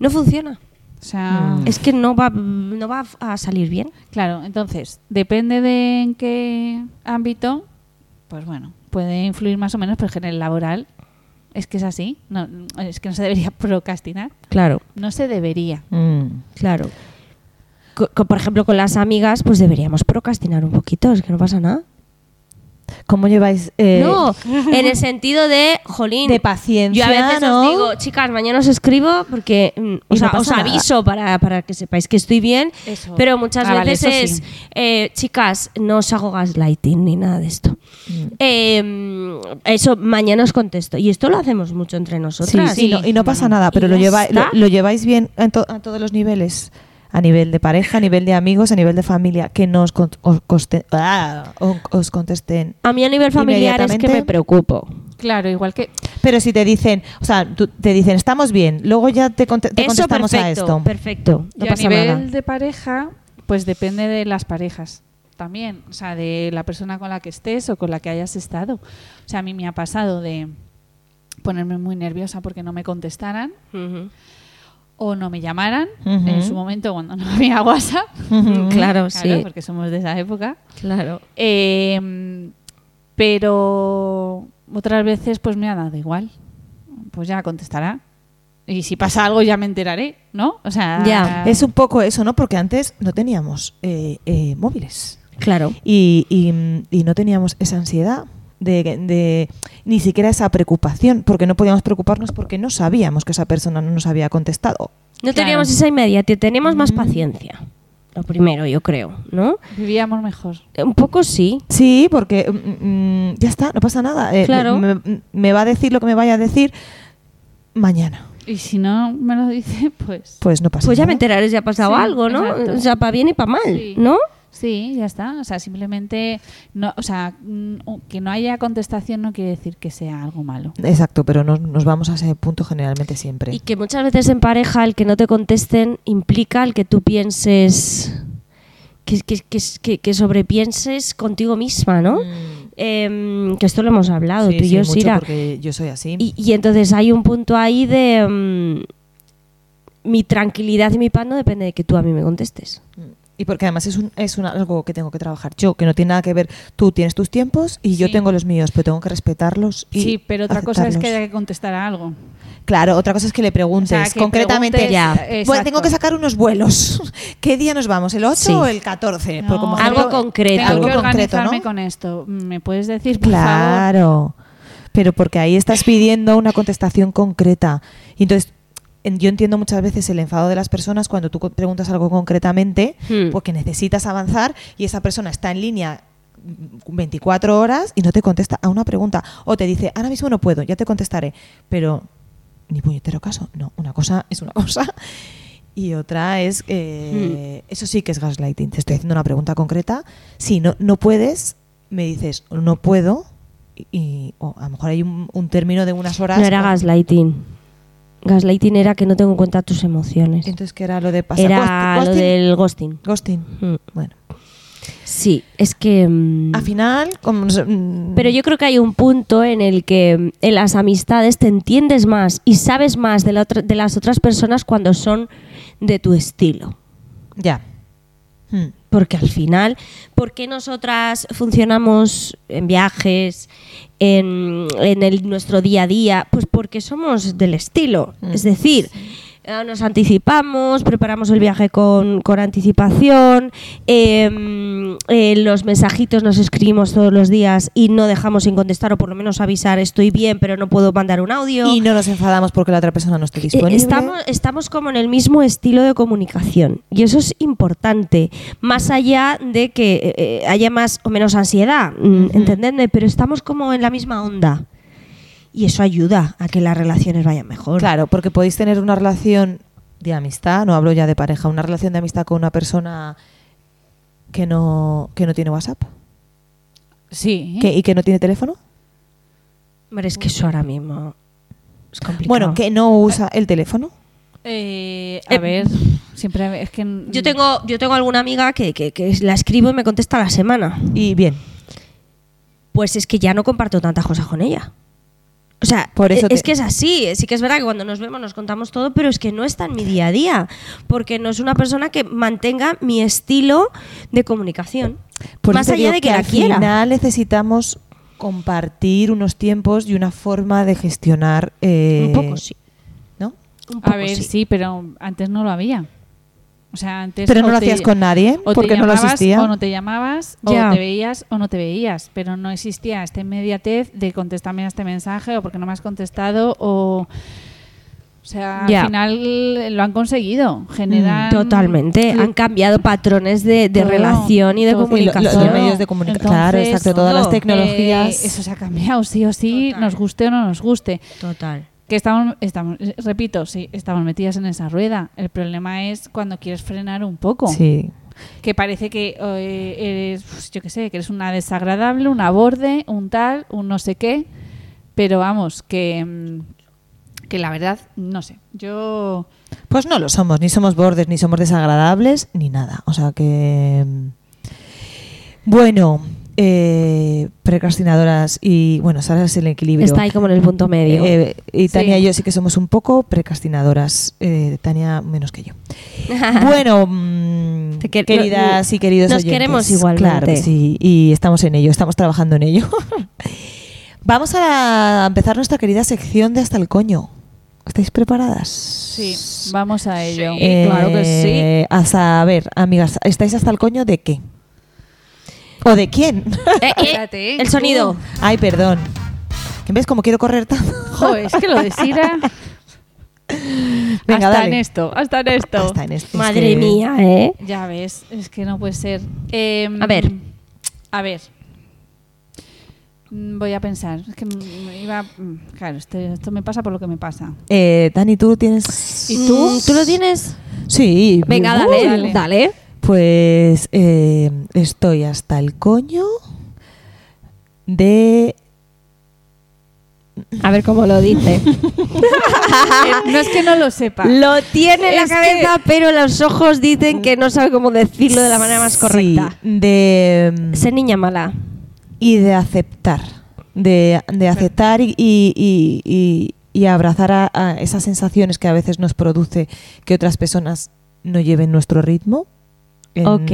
S3: no funciona.
S2: O sea,
S1: Mm.
S3: Es que no va no va a salir bien.
S2: Claro, entonces, depende de en qué ámbito, pues bueno, puede influir más o menos, pero en el laboral es que es así, no, es que no se debería procrastinar,
S3: Claro.
S2: no se debería.
S1: Mm.
S3: Claro. Co- co- por ejemplo, con las amigas, pues deberíamos procrastinar un poquito, es que no pasa nada.
S1: ¿Cómo lleváis eh,
S3: no, en el sentido de, jolín,
S1: de paciencia?
S3: yo a veces
S1: ¿no?
S3: os digo, eh, chicas, mañana os escribo porque, mm, o
S1: Y
S3: sea,
S1: no pasa
S3: os
S1: nada.
S3: aviso para, para que sepáis que estoy bien,
S2: Eso.
S3: pero muchas
S2: Ah, vale,
S3: veces
S2: eso
S3: es,
S2: sí.
S3: eh, chicas, no os hago gaslighting ni nada de esto.
S1: Mm.
S3: Eh, mm, eso mañana os contesto. Y esto lo hacemos mucho entre nosotras.
S1: Sí, sí, no- y no pasa
S2: bueno,
S1: nada, pero
S3: y
S1: lo,
S3: ya
S1: lleva-
S3: está.
S1: lo, lo lleváis bien en to- a todos los niveles. A nivel de pareja, a nivel de amigos, a nivel de familia, que no os, con- os coste- ah, o- os contesten.
S3: A mí a nivel familiar es que
S1: Inmediatamente-
S3: me preocupo.
S2: Claro, igual que
S1: Pero si te dicen, o sea, tú- te dicen, estamos bien, luego ya te, conte- te
S3: Eso
S1: contestamos
S3: perfecto,
S1: a esto.
S3: perfecto. No
S2: y a
S3: pasa
S2: nivel
S3: nada.
S2: de pareja, pues depende de las parejas también, o sea, de la persona con la que estés o con la que hayas estado. O sea, a mí me ha pasado de ponerme muy nerviosa porque no me contestaran
S3: Ujú.
S2: o no me llamaran
S1: Ujú.
S2: en su momento cuando no había WhatsApp.
S1: Ujú.
S3: mm, Claro,
S2: Claro,
S3: sí.
S2: porque somos de esa época.
S3: Claro.
S2: Eh, pero otras veces pues me ha dado igual. Pues ya contestará. Y si pasa algo ya me enteraré, ¿no? O sea,
S3: Ya.
S1: Es un poco eso, ¿no? Porque antes no teníamos eh, eh, móviles.
S3: Claro.
S1: y, y, mm, y no teníamos esa ansiedad de, de- ni siquiera esa preocupación porque no podíamos preocuparnos porque no sabíamos que esa persona no nos había contestado
S3: No
S2: Claro.
S3: teníamos esa inmediatez, teníamos
S1: Mm.
S3: más paciencia. Lo primero, yo creo, ¿no?
S2: vivíamos mejor.
S3: Un poco sí.
S1: sí porque mm, mm, ya está no pasa nada Eh,
S3: Claro.
S1: me, me- me va a decir lo que me vaya a decir mañana
S2: Y si no me lo dice, pues
S1: pues no pasa
S3: Pues ya
S1: nada
S3: me enteraré si ha pasado
S2: Sí,
S3: algo, ¿no?
S2: exacto.
S3: O sea, para bien y para mal,
S2: Sí.
S3: ¿no?
S2: sí, ya está. O sea, simplemente, no, o sea, mm, que no haya contestación no quiere decir que sea algo malo.
S1: exacto pero nos, nos vamos a ese punto generalmente siempre
S3: Y que muchas veces en pareja el que no te contesten implica el que tú pienses, que, que, que, que- que sobrepienses contigo misma, ¿no? Em, que esto lo hemos hablado
S1: Mm. Sí,
S3: tú y
S1: sí,
S3: yo,
S1: mucho,
S3: Sira.
S1: porque yo soy así
S3: Y, y entonces hay un punto ahí de... mm, mi tranquilidad y mi paz no depende de que tú a mí me contestes.
S1: Y porque además es, un, es un- algo que tengo que trabajar yo, que no tiene nada que ver. Tú tienes tus tiempos y yo
S2: Sí.
S1: tengo los míos, pero tengo que respetarlos. Y
S2: Sí, pero otra cosa es que
S1: aceptarlos.
S2: haya que contestar a algo.
S1: Claro, otra cosa es que le preguntes
S2: O sea, que
S1: concretamente.
S2: preguntes, Ya.
S1: Bueno,
S2: exacto.
S1: tengo que sacar unos vuelos. ¿Qué día nos vamos? ¿El 8
S3: Sí.
S1: o el 14? Por
S2: No.
S1: Eh, como
S3: Algo
S1: ejemplo-
S3: concreto.
S2: Tengo
S1: Algo
S2: que
S1: concreto,
S2: organizarme
S1: ¿no?
S2: con esto. ¿Me puedes decir, por favor?
S1: Claro. Pero porque ahí estás pidiendo una contestación concreta. Y entonces, en- yo entiendo muchas veces el enfado de las personas cuando tú co- preguntas algo concretamente,
S3: Hmm.
S1: porque necesitas avanzar y esa persona está en línea mm, 24 horas y no te contesta a una pregunta. O te dice, ahora mismo no puedo, ya te contestaré. Pero ni puñetero caso. No, una cosa es una cosa. Y otra es, eh,
S3: Mm.
S1: eso sí que es gaslighting. Te estoy haciendo una pregunta concreta. Si no, no puedes, me dices, no puedo. Y, y- o a lo mejor hay un, un término de unas horas.
S3: No era
S1: o-
S3: gaslighting. Gaslighting era que no tengo en cuenta tus emociones.
S1: Entonces, ¿qué era lo de pasar?
S3: Era
S1: Ghosti-
S3: lo del ghosting.
S1: Ghosting.
S3: Mm.
S1: Bueno,
S3: Sí, es que... mm,
S1: al final... como no sé, mm,
S3: Pero yo creo que hay un punto en el que mm, en las amistades te entiendes más y sabes más de, la otra- de las otras personas cuando son de tu estilo.
S1: Ya. Mm.
S3: Porque al final, ¿por qué nosotras funcionamos en viajes, en, en el- nuestro día a día? Pues porque somos del estilo.
S1: Mm.
S3: Es decir, eh, nos anticipamos, preparamos el viaje con, con anticipación, em, eh, los mensajitos nos escribimos todos los días y no dejamos sin contestar o por lo menos avisar estoy bien pero no puedo mandar un audio.
S1: Y no nos enfadamos porque la otra persona no esté
S3: Eh,
S1: disponible.
S3: Estamos, estamos como en el mismo estilo de comunicación y eso es importante, más allá de que eh, eh, haya más o menos ansiedad, mm, entendedme, pero estamos como en la misma onda. Y eso ayuda a que las relaciones vayan mejor.
S1: Claro, porque podéis tener una relación de amistad, no hablo ya de pareja, una relación de amistad con una persona que no, que no tiene WhatsApp
S3: ¿Eh?
S2: Sí.
S1: que- y que no tiene teléfono.
S3: Hombre, es que eso ahora mismo es complicado.
S1: Bueno, que no usa el teléfono.
S2: Eh, a
S3: Eh,
S2: ver, siempre es que
S3: Yo tengo, yo tengo alguna amiga que, que- que la escribo y me contesta a la semana.
S1: Y bien,
S3: Pues es que ya no comparto tantas cosas con ella. O sea,
S1: Por eso
S3: e-
S1: te-
S3: es que es así. Sí que es verdad que cuando nos vemos nos contamos todo, pero es que no está en mi día a día. Porque no es una persona que mantenga mi estilo de comunicación.
S1: Por
S3: más
S1: eso
S3: allá
S1: pues digo
S3: de que, la
S1: al
S3: quiera.
S1: final necesitamos compartir unos tiempos y una forma de gestionar. eh,
S3: Un poco sí.
S1: ¿no?
S3: un poco
S2: A ver,
S3: Pues sí.
S2: sí. pero antes no lo había. O sea, antes
S1: Pero
S2: o
S1: no lo
S2: te-
S1: hacías con nadie
S2: o te
S1: porque no lo
S2: llamabas
S1: asistía.
S2: O no te llamabas,
S3: Ya.
S2: o te veías o no te veías. Pero no existía esta inmediatez de contestarme a este mensaje o porque no me has contestado o... O sea,
S3: Ya.
S2: al final lo han conseguido.
S1: Mm,
S2: Generan...
S3: Totalmente. Han cambiado patrones de, de
S2: Todo,
S3: relación y de
S2: todo. Y lo-
S1: Y lo-
S3: comunicación.
S1: los medios de comunicación. Claro,
S2: Entonces,
S1: exacto. Todas las
S3: no,
S1: tecnologías.
S2: Eh, eso se ha cambiado, sí o sí,
S3: Total.
S2: nos guste o no nos guste.
S3: Total.
S2: Que estamos, estamos, eh, repito, sí, estamos metidas en esa rueda. El problema es cuando quieres frenar un poco.
S1: Sí.
S2: Que parece que eh, eres, pues, yo qué sé, que eres una desagradable, una borde, un tal, un no sé qué. Pero vamos, que, mm, que la verdad, no sé. Yo.
S1: Pues no lo somos, ni somos bordes, ni somos desagradables, ni nada. O sea que. mm, Bueno, eh, procrastinadoras y. Bueno, Sara es el equilibrio.
S3: Está ahí como en el punto medio.
S1: Eh, y Tania
S2: Sí.
S1: y yo sí que somos un poco precastinadoras. eh, Tania menos que yo. Bueno, mm,
S3: Te quer-
S1: queridas
S3: no-
S1: y queridos
S3: nos
S1: oyentes,
S3: queremos igualmente.
S1: Claro que sí, y estamos en ello, estamos trabajando en ello. Vamos a empezar nuestra querida sección de Hasta el Coño. ¿Estáis preparadas?
S2: Sí, vamos a ello.
S1: Eh,
S3: claro que sí.
S1: A saber, amigas, ¿estáis hasta el coño de qué? ¿O de quién?
S3: Eh, eh,
S2: espérate. uh.
S3: el sonido.
S1: Ay, perdón. ¿Ves cómo quiero correr tanto?
S2: Jo, es que lo de Sira.
S1: Venga,
S2: hasta
S1: dale.
S2: en este- esto, hasta en esto.
S1: Hasta en este- es
S3: Madre
S1: que-
S3: mía, ¿eh?
S2: Ya ves, es que no puede ser. Eh,
S3: A ver.
S2: A ver. Mm, Voy a pensar. Es que mm, iba. mm, Claro, este- esto me pasa por lo que me pasa.
S1: Eh, Dani, tú tienes.
S2: ¿Y tú?
S3: Mm, ¿Tú lo tienes?
S1: Sí.
S3: Venga,
S1: Uh,
S3: dale, dale.
S2: dale.
S1: Pues eh, estoy hasta el coño de.
S3: A ver cómo lo dice.
S2: Eh, no es que no lo sepa.
S3: lo tiene en la
S2: Es que-
S3: cabeza, pero los ojos dicen que no sabe cómo decirlo de la manera más
S1: Sí,
S3: correcta.
S1: de. mm,
S3: Ser niña mala.
S1: Y de aceptar. De, de aceptar y, y- y- y- y abrazar a, a esas sensaciones que a veces nos produce que otras personas no lleven nuestro ritmo. En,
S3: Ok.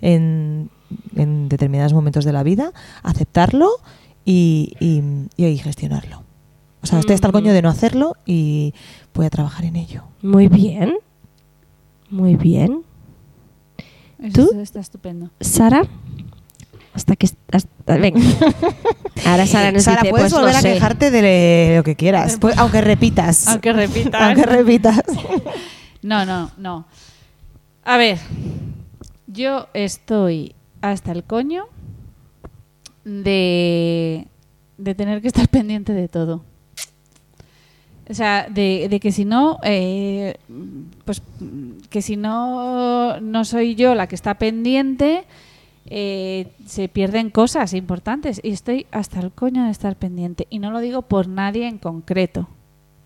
S1: En, en determinados momentos de la vida, aceptarlo y, y, y ahí gestionarlo. O sea, estoy hasta el coño de no hacerlo y voy a trabajar en ello.
S3: Muy bien. Muy bien.
S2: Eso
S3: ¿Tú?
S2: está estupendo.
S3: Sara. Hasta que. Hasta, venga. Ahora Sara nos
S1: Sara,
S3: dice,
S1: puedes
S3: pues
S1: volver
S3: no
S1: a
S3: sé.
S1: quejarte de lo que quieras, pues, aunque repitas.
S2: Aunque repitas.
S1: Aunque repitas.
S2: No, no, no. A ver. Yo estoy hasta el coño de, de tener que estar pendiente de todo. O sea, de, de que si no, eh, pues que si no, no soy yo la que está pendiente, eh, se pierden cosas importantes. Y estoy hasta el coño de estar pendiente. Y no lo digo por nadie en concreto,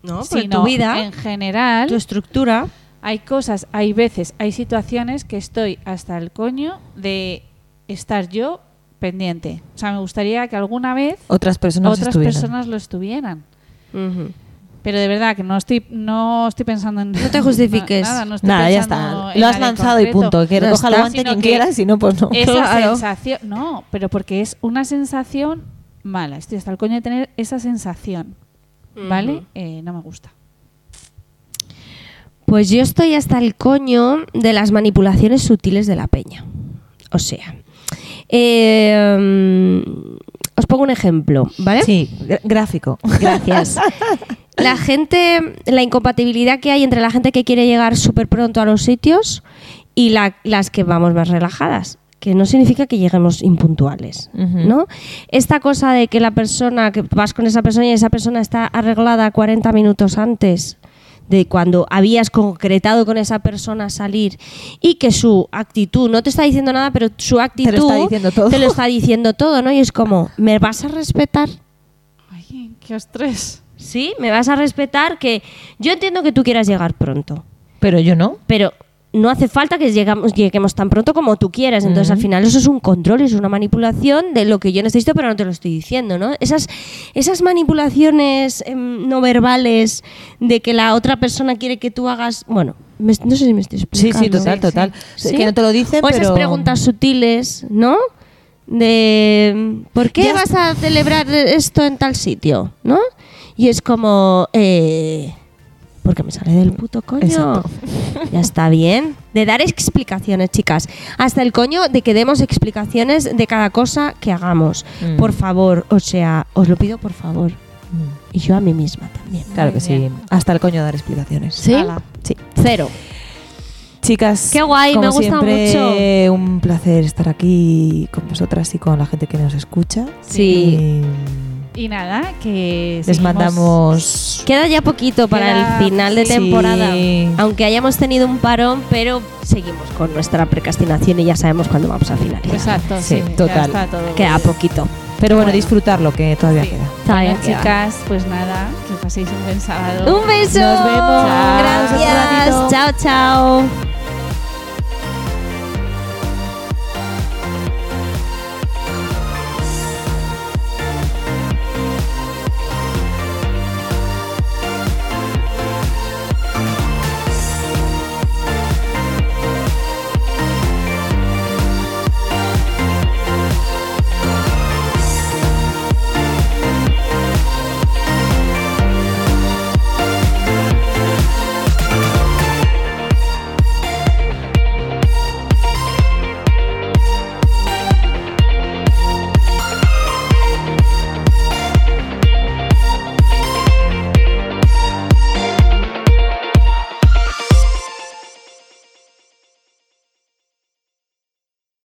S3: No, pero
S2: sino
S3: tu vida,
S2: en general.
S3: tu estructura.
S2: Hay cosas, hay veces, hay situaciones que estoy hasta el coño de estar yo pendiente. O sea, me gustaría que alguna vez
S1: Otras personas
S2: otras
S1: estuvieran.
S2: personas lo estuvieran. Pero de verdad que no estoy, no estoy pensando en
S3: No te justifiques.
S2: Nada, no estoy
S1: Nada, ya
S2: pensando
S1: está.
S2: en
S1: Lo has
S2: nada en
S1: lanzado y
S2: concreto.
S1: punto. Que
S3: Ya
S1: recoja el
S3: está.
S1: guante
S2: Sino
S1: quien
S2: que
S1: quiera, si no, pues no.
S2: Esa
S3: Claro.
S2: sensación, no, pero porque es una sensación mala. Estoy hasta el coño de tener esa sensación,
S3: Mm.
S2: ¿vale? Eh, no me gusta.
S3: Pues yo estoy hasta el coño de las manipulaciones sutiles de la peña. O sea, eh, os pongo un ejemplo, ¿vale?
S1: Sí, gra- gráfico.
S3: Gracias. La gente, la incompatibilidad que hay entre la gente que quiere llegar súper pronto a los sitios y la- las que vamos más relajadas. que no significa que lleguemos impuntuales,
S1: Ujú.
S3: ¿no? Esta cosa de que la persona, que vas con esa persona y esa persona está arreglada 40 minutos antes de cuando habías concretado con esa persona salir y que su actitud no te está diciendo nada, pero su actitud
S1: está diciendo todo.
S3: te lo está diciendo todo, ¿no? Y es como, ¿me vas a respetar?
S2: Ay, qué estrés.
S3: Sí, me vas a respetar que yo entiendo que tú quieras llegar pronto,
S1: Pero yo no.
S3: pero no hace falta que llegamos, lleguemos tan pronto como tú quieras. Entonces,
S1: Ujú.
S3: al final, eso es un control, es una manipulación de lo que yo necesito, pero no te lo estoy diciendo, ¿no? Esas, esas manipulaciones em, no verbales de que la otra persona quiere que tú hagas. Bueno, me- no sé si me estoy
S1: Sí,
S3: explicando.
S1: sí,
S3: ¿eh?
S1: total,
S2: Sí,
S1: total.
S3: ¿Sí?
S1: Que no te lo dicen,
S3: O esas
S1: pero-
S3: preguntas sutiles, ¿no? De ¿por qué
S1: Ya
S3: vas a celebrar esto en tal sitio? ¿No? Y es como eh, porque me sale del puto coño.
S1: Exacto.
S3: Ya está bien. De dar explicaciones, chicas. Hasta el coño de que demos explicaciones de cada cosa que hagamos.
S1: Mm.
S3: Por favor, o sea, os lo pido por favor. Y yo a mí misma también.
S1: Claro que
S2: Muy
S1: sí.
S2: bien.
S1: Hasta el coño dar explicaciones.
S3: ¿Sí?
S2: Ala.
S1: Sí.
S3: Cero.
S1: Chicas,
S3: Qué guay,
S1: como
S3: me ha gustado
S1: siempre, un placer estar aquí con vosotras y con la gente que nos escucha.
S3: Sí.
S1: Y
S2: Y nada, que
S1: les
S2: seguimos-
S1: mandamos
S3: Queda ya poquito para
S2: Queda-
S3: el final de
S1: Sí.
S3: temporada. Aunque hayamos tenido un parón, pero seguimos con nuestra precastinación y ya sabemos cuándo vamos a finalizar.
S2: Exacto,
S1: Sí,
S2: sí,
S1: total.
S2: Ya está todo.
S3: Queda poquito.
S1: Pero bueno,
S2: Bueno.
S1: disfrutar lo que todavía
S2: Sí.
S1: queda.
S3: Todavía
S2: Bueno,
S3: queda.
S2: chicas, pues nada, que paséis un buen sábado.
S3: Un beso.
S1: Nos vemos.
S3: Gracias.
S1: Hasta un ratito.
S3: Chao, chao.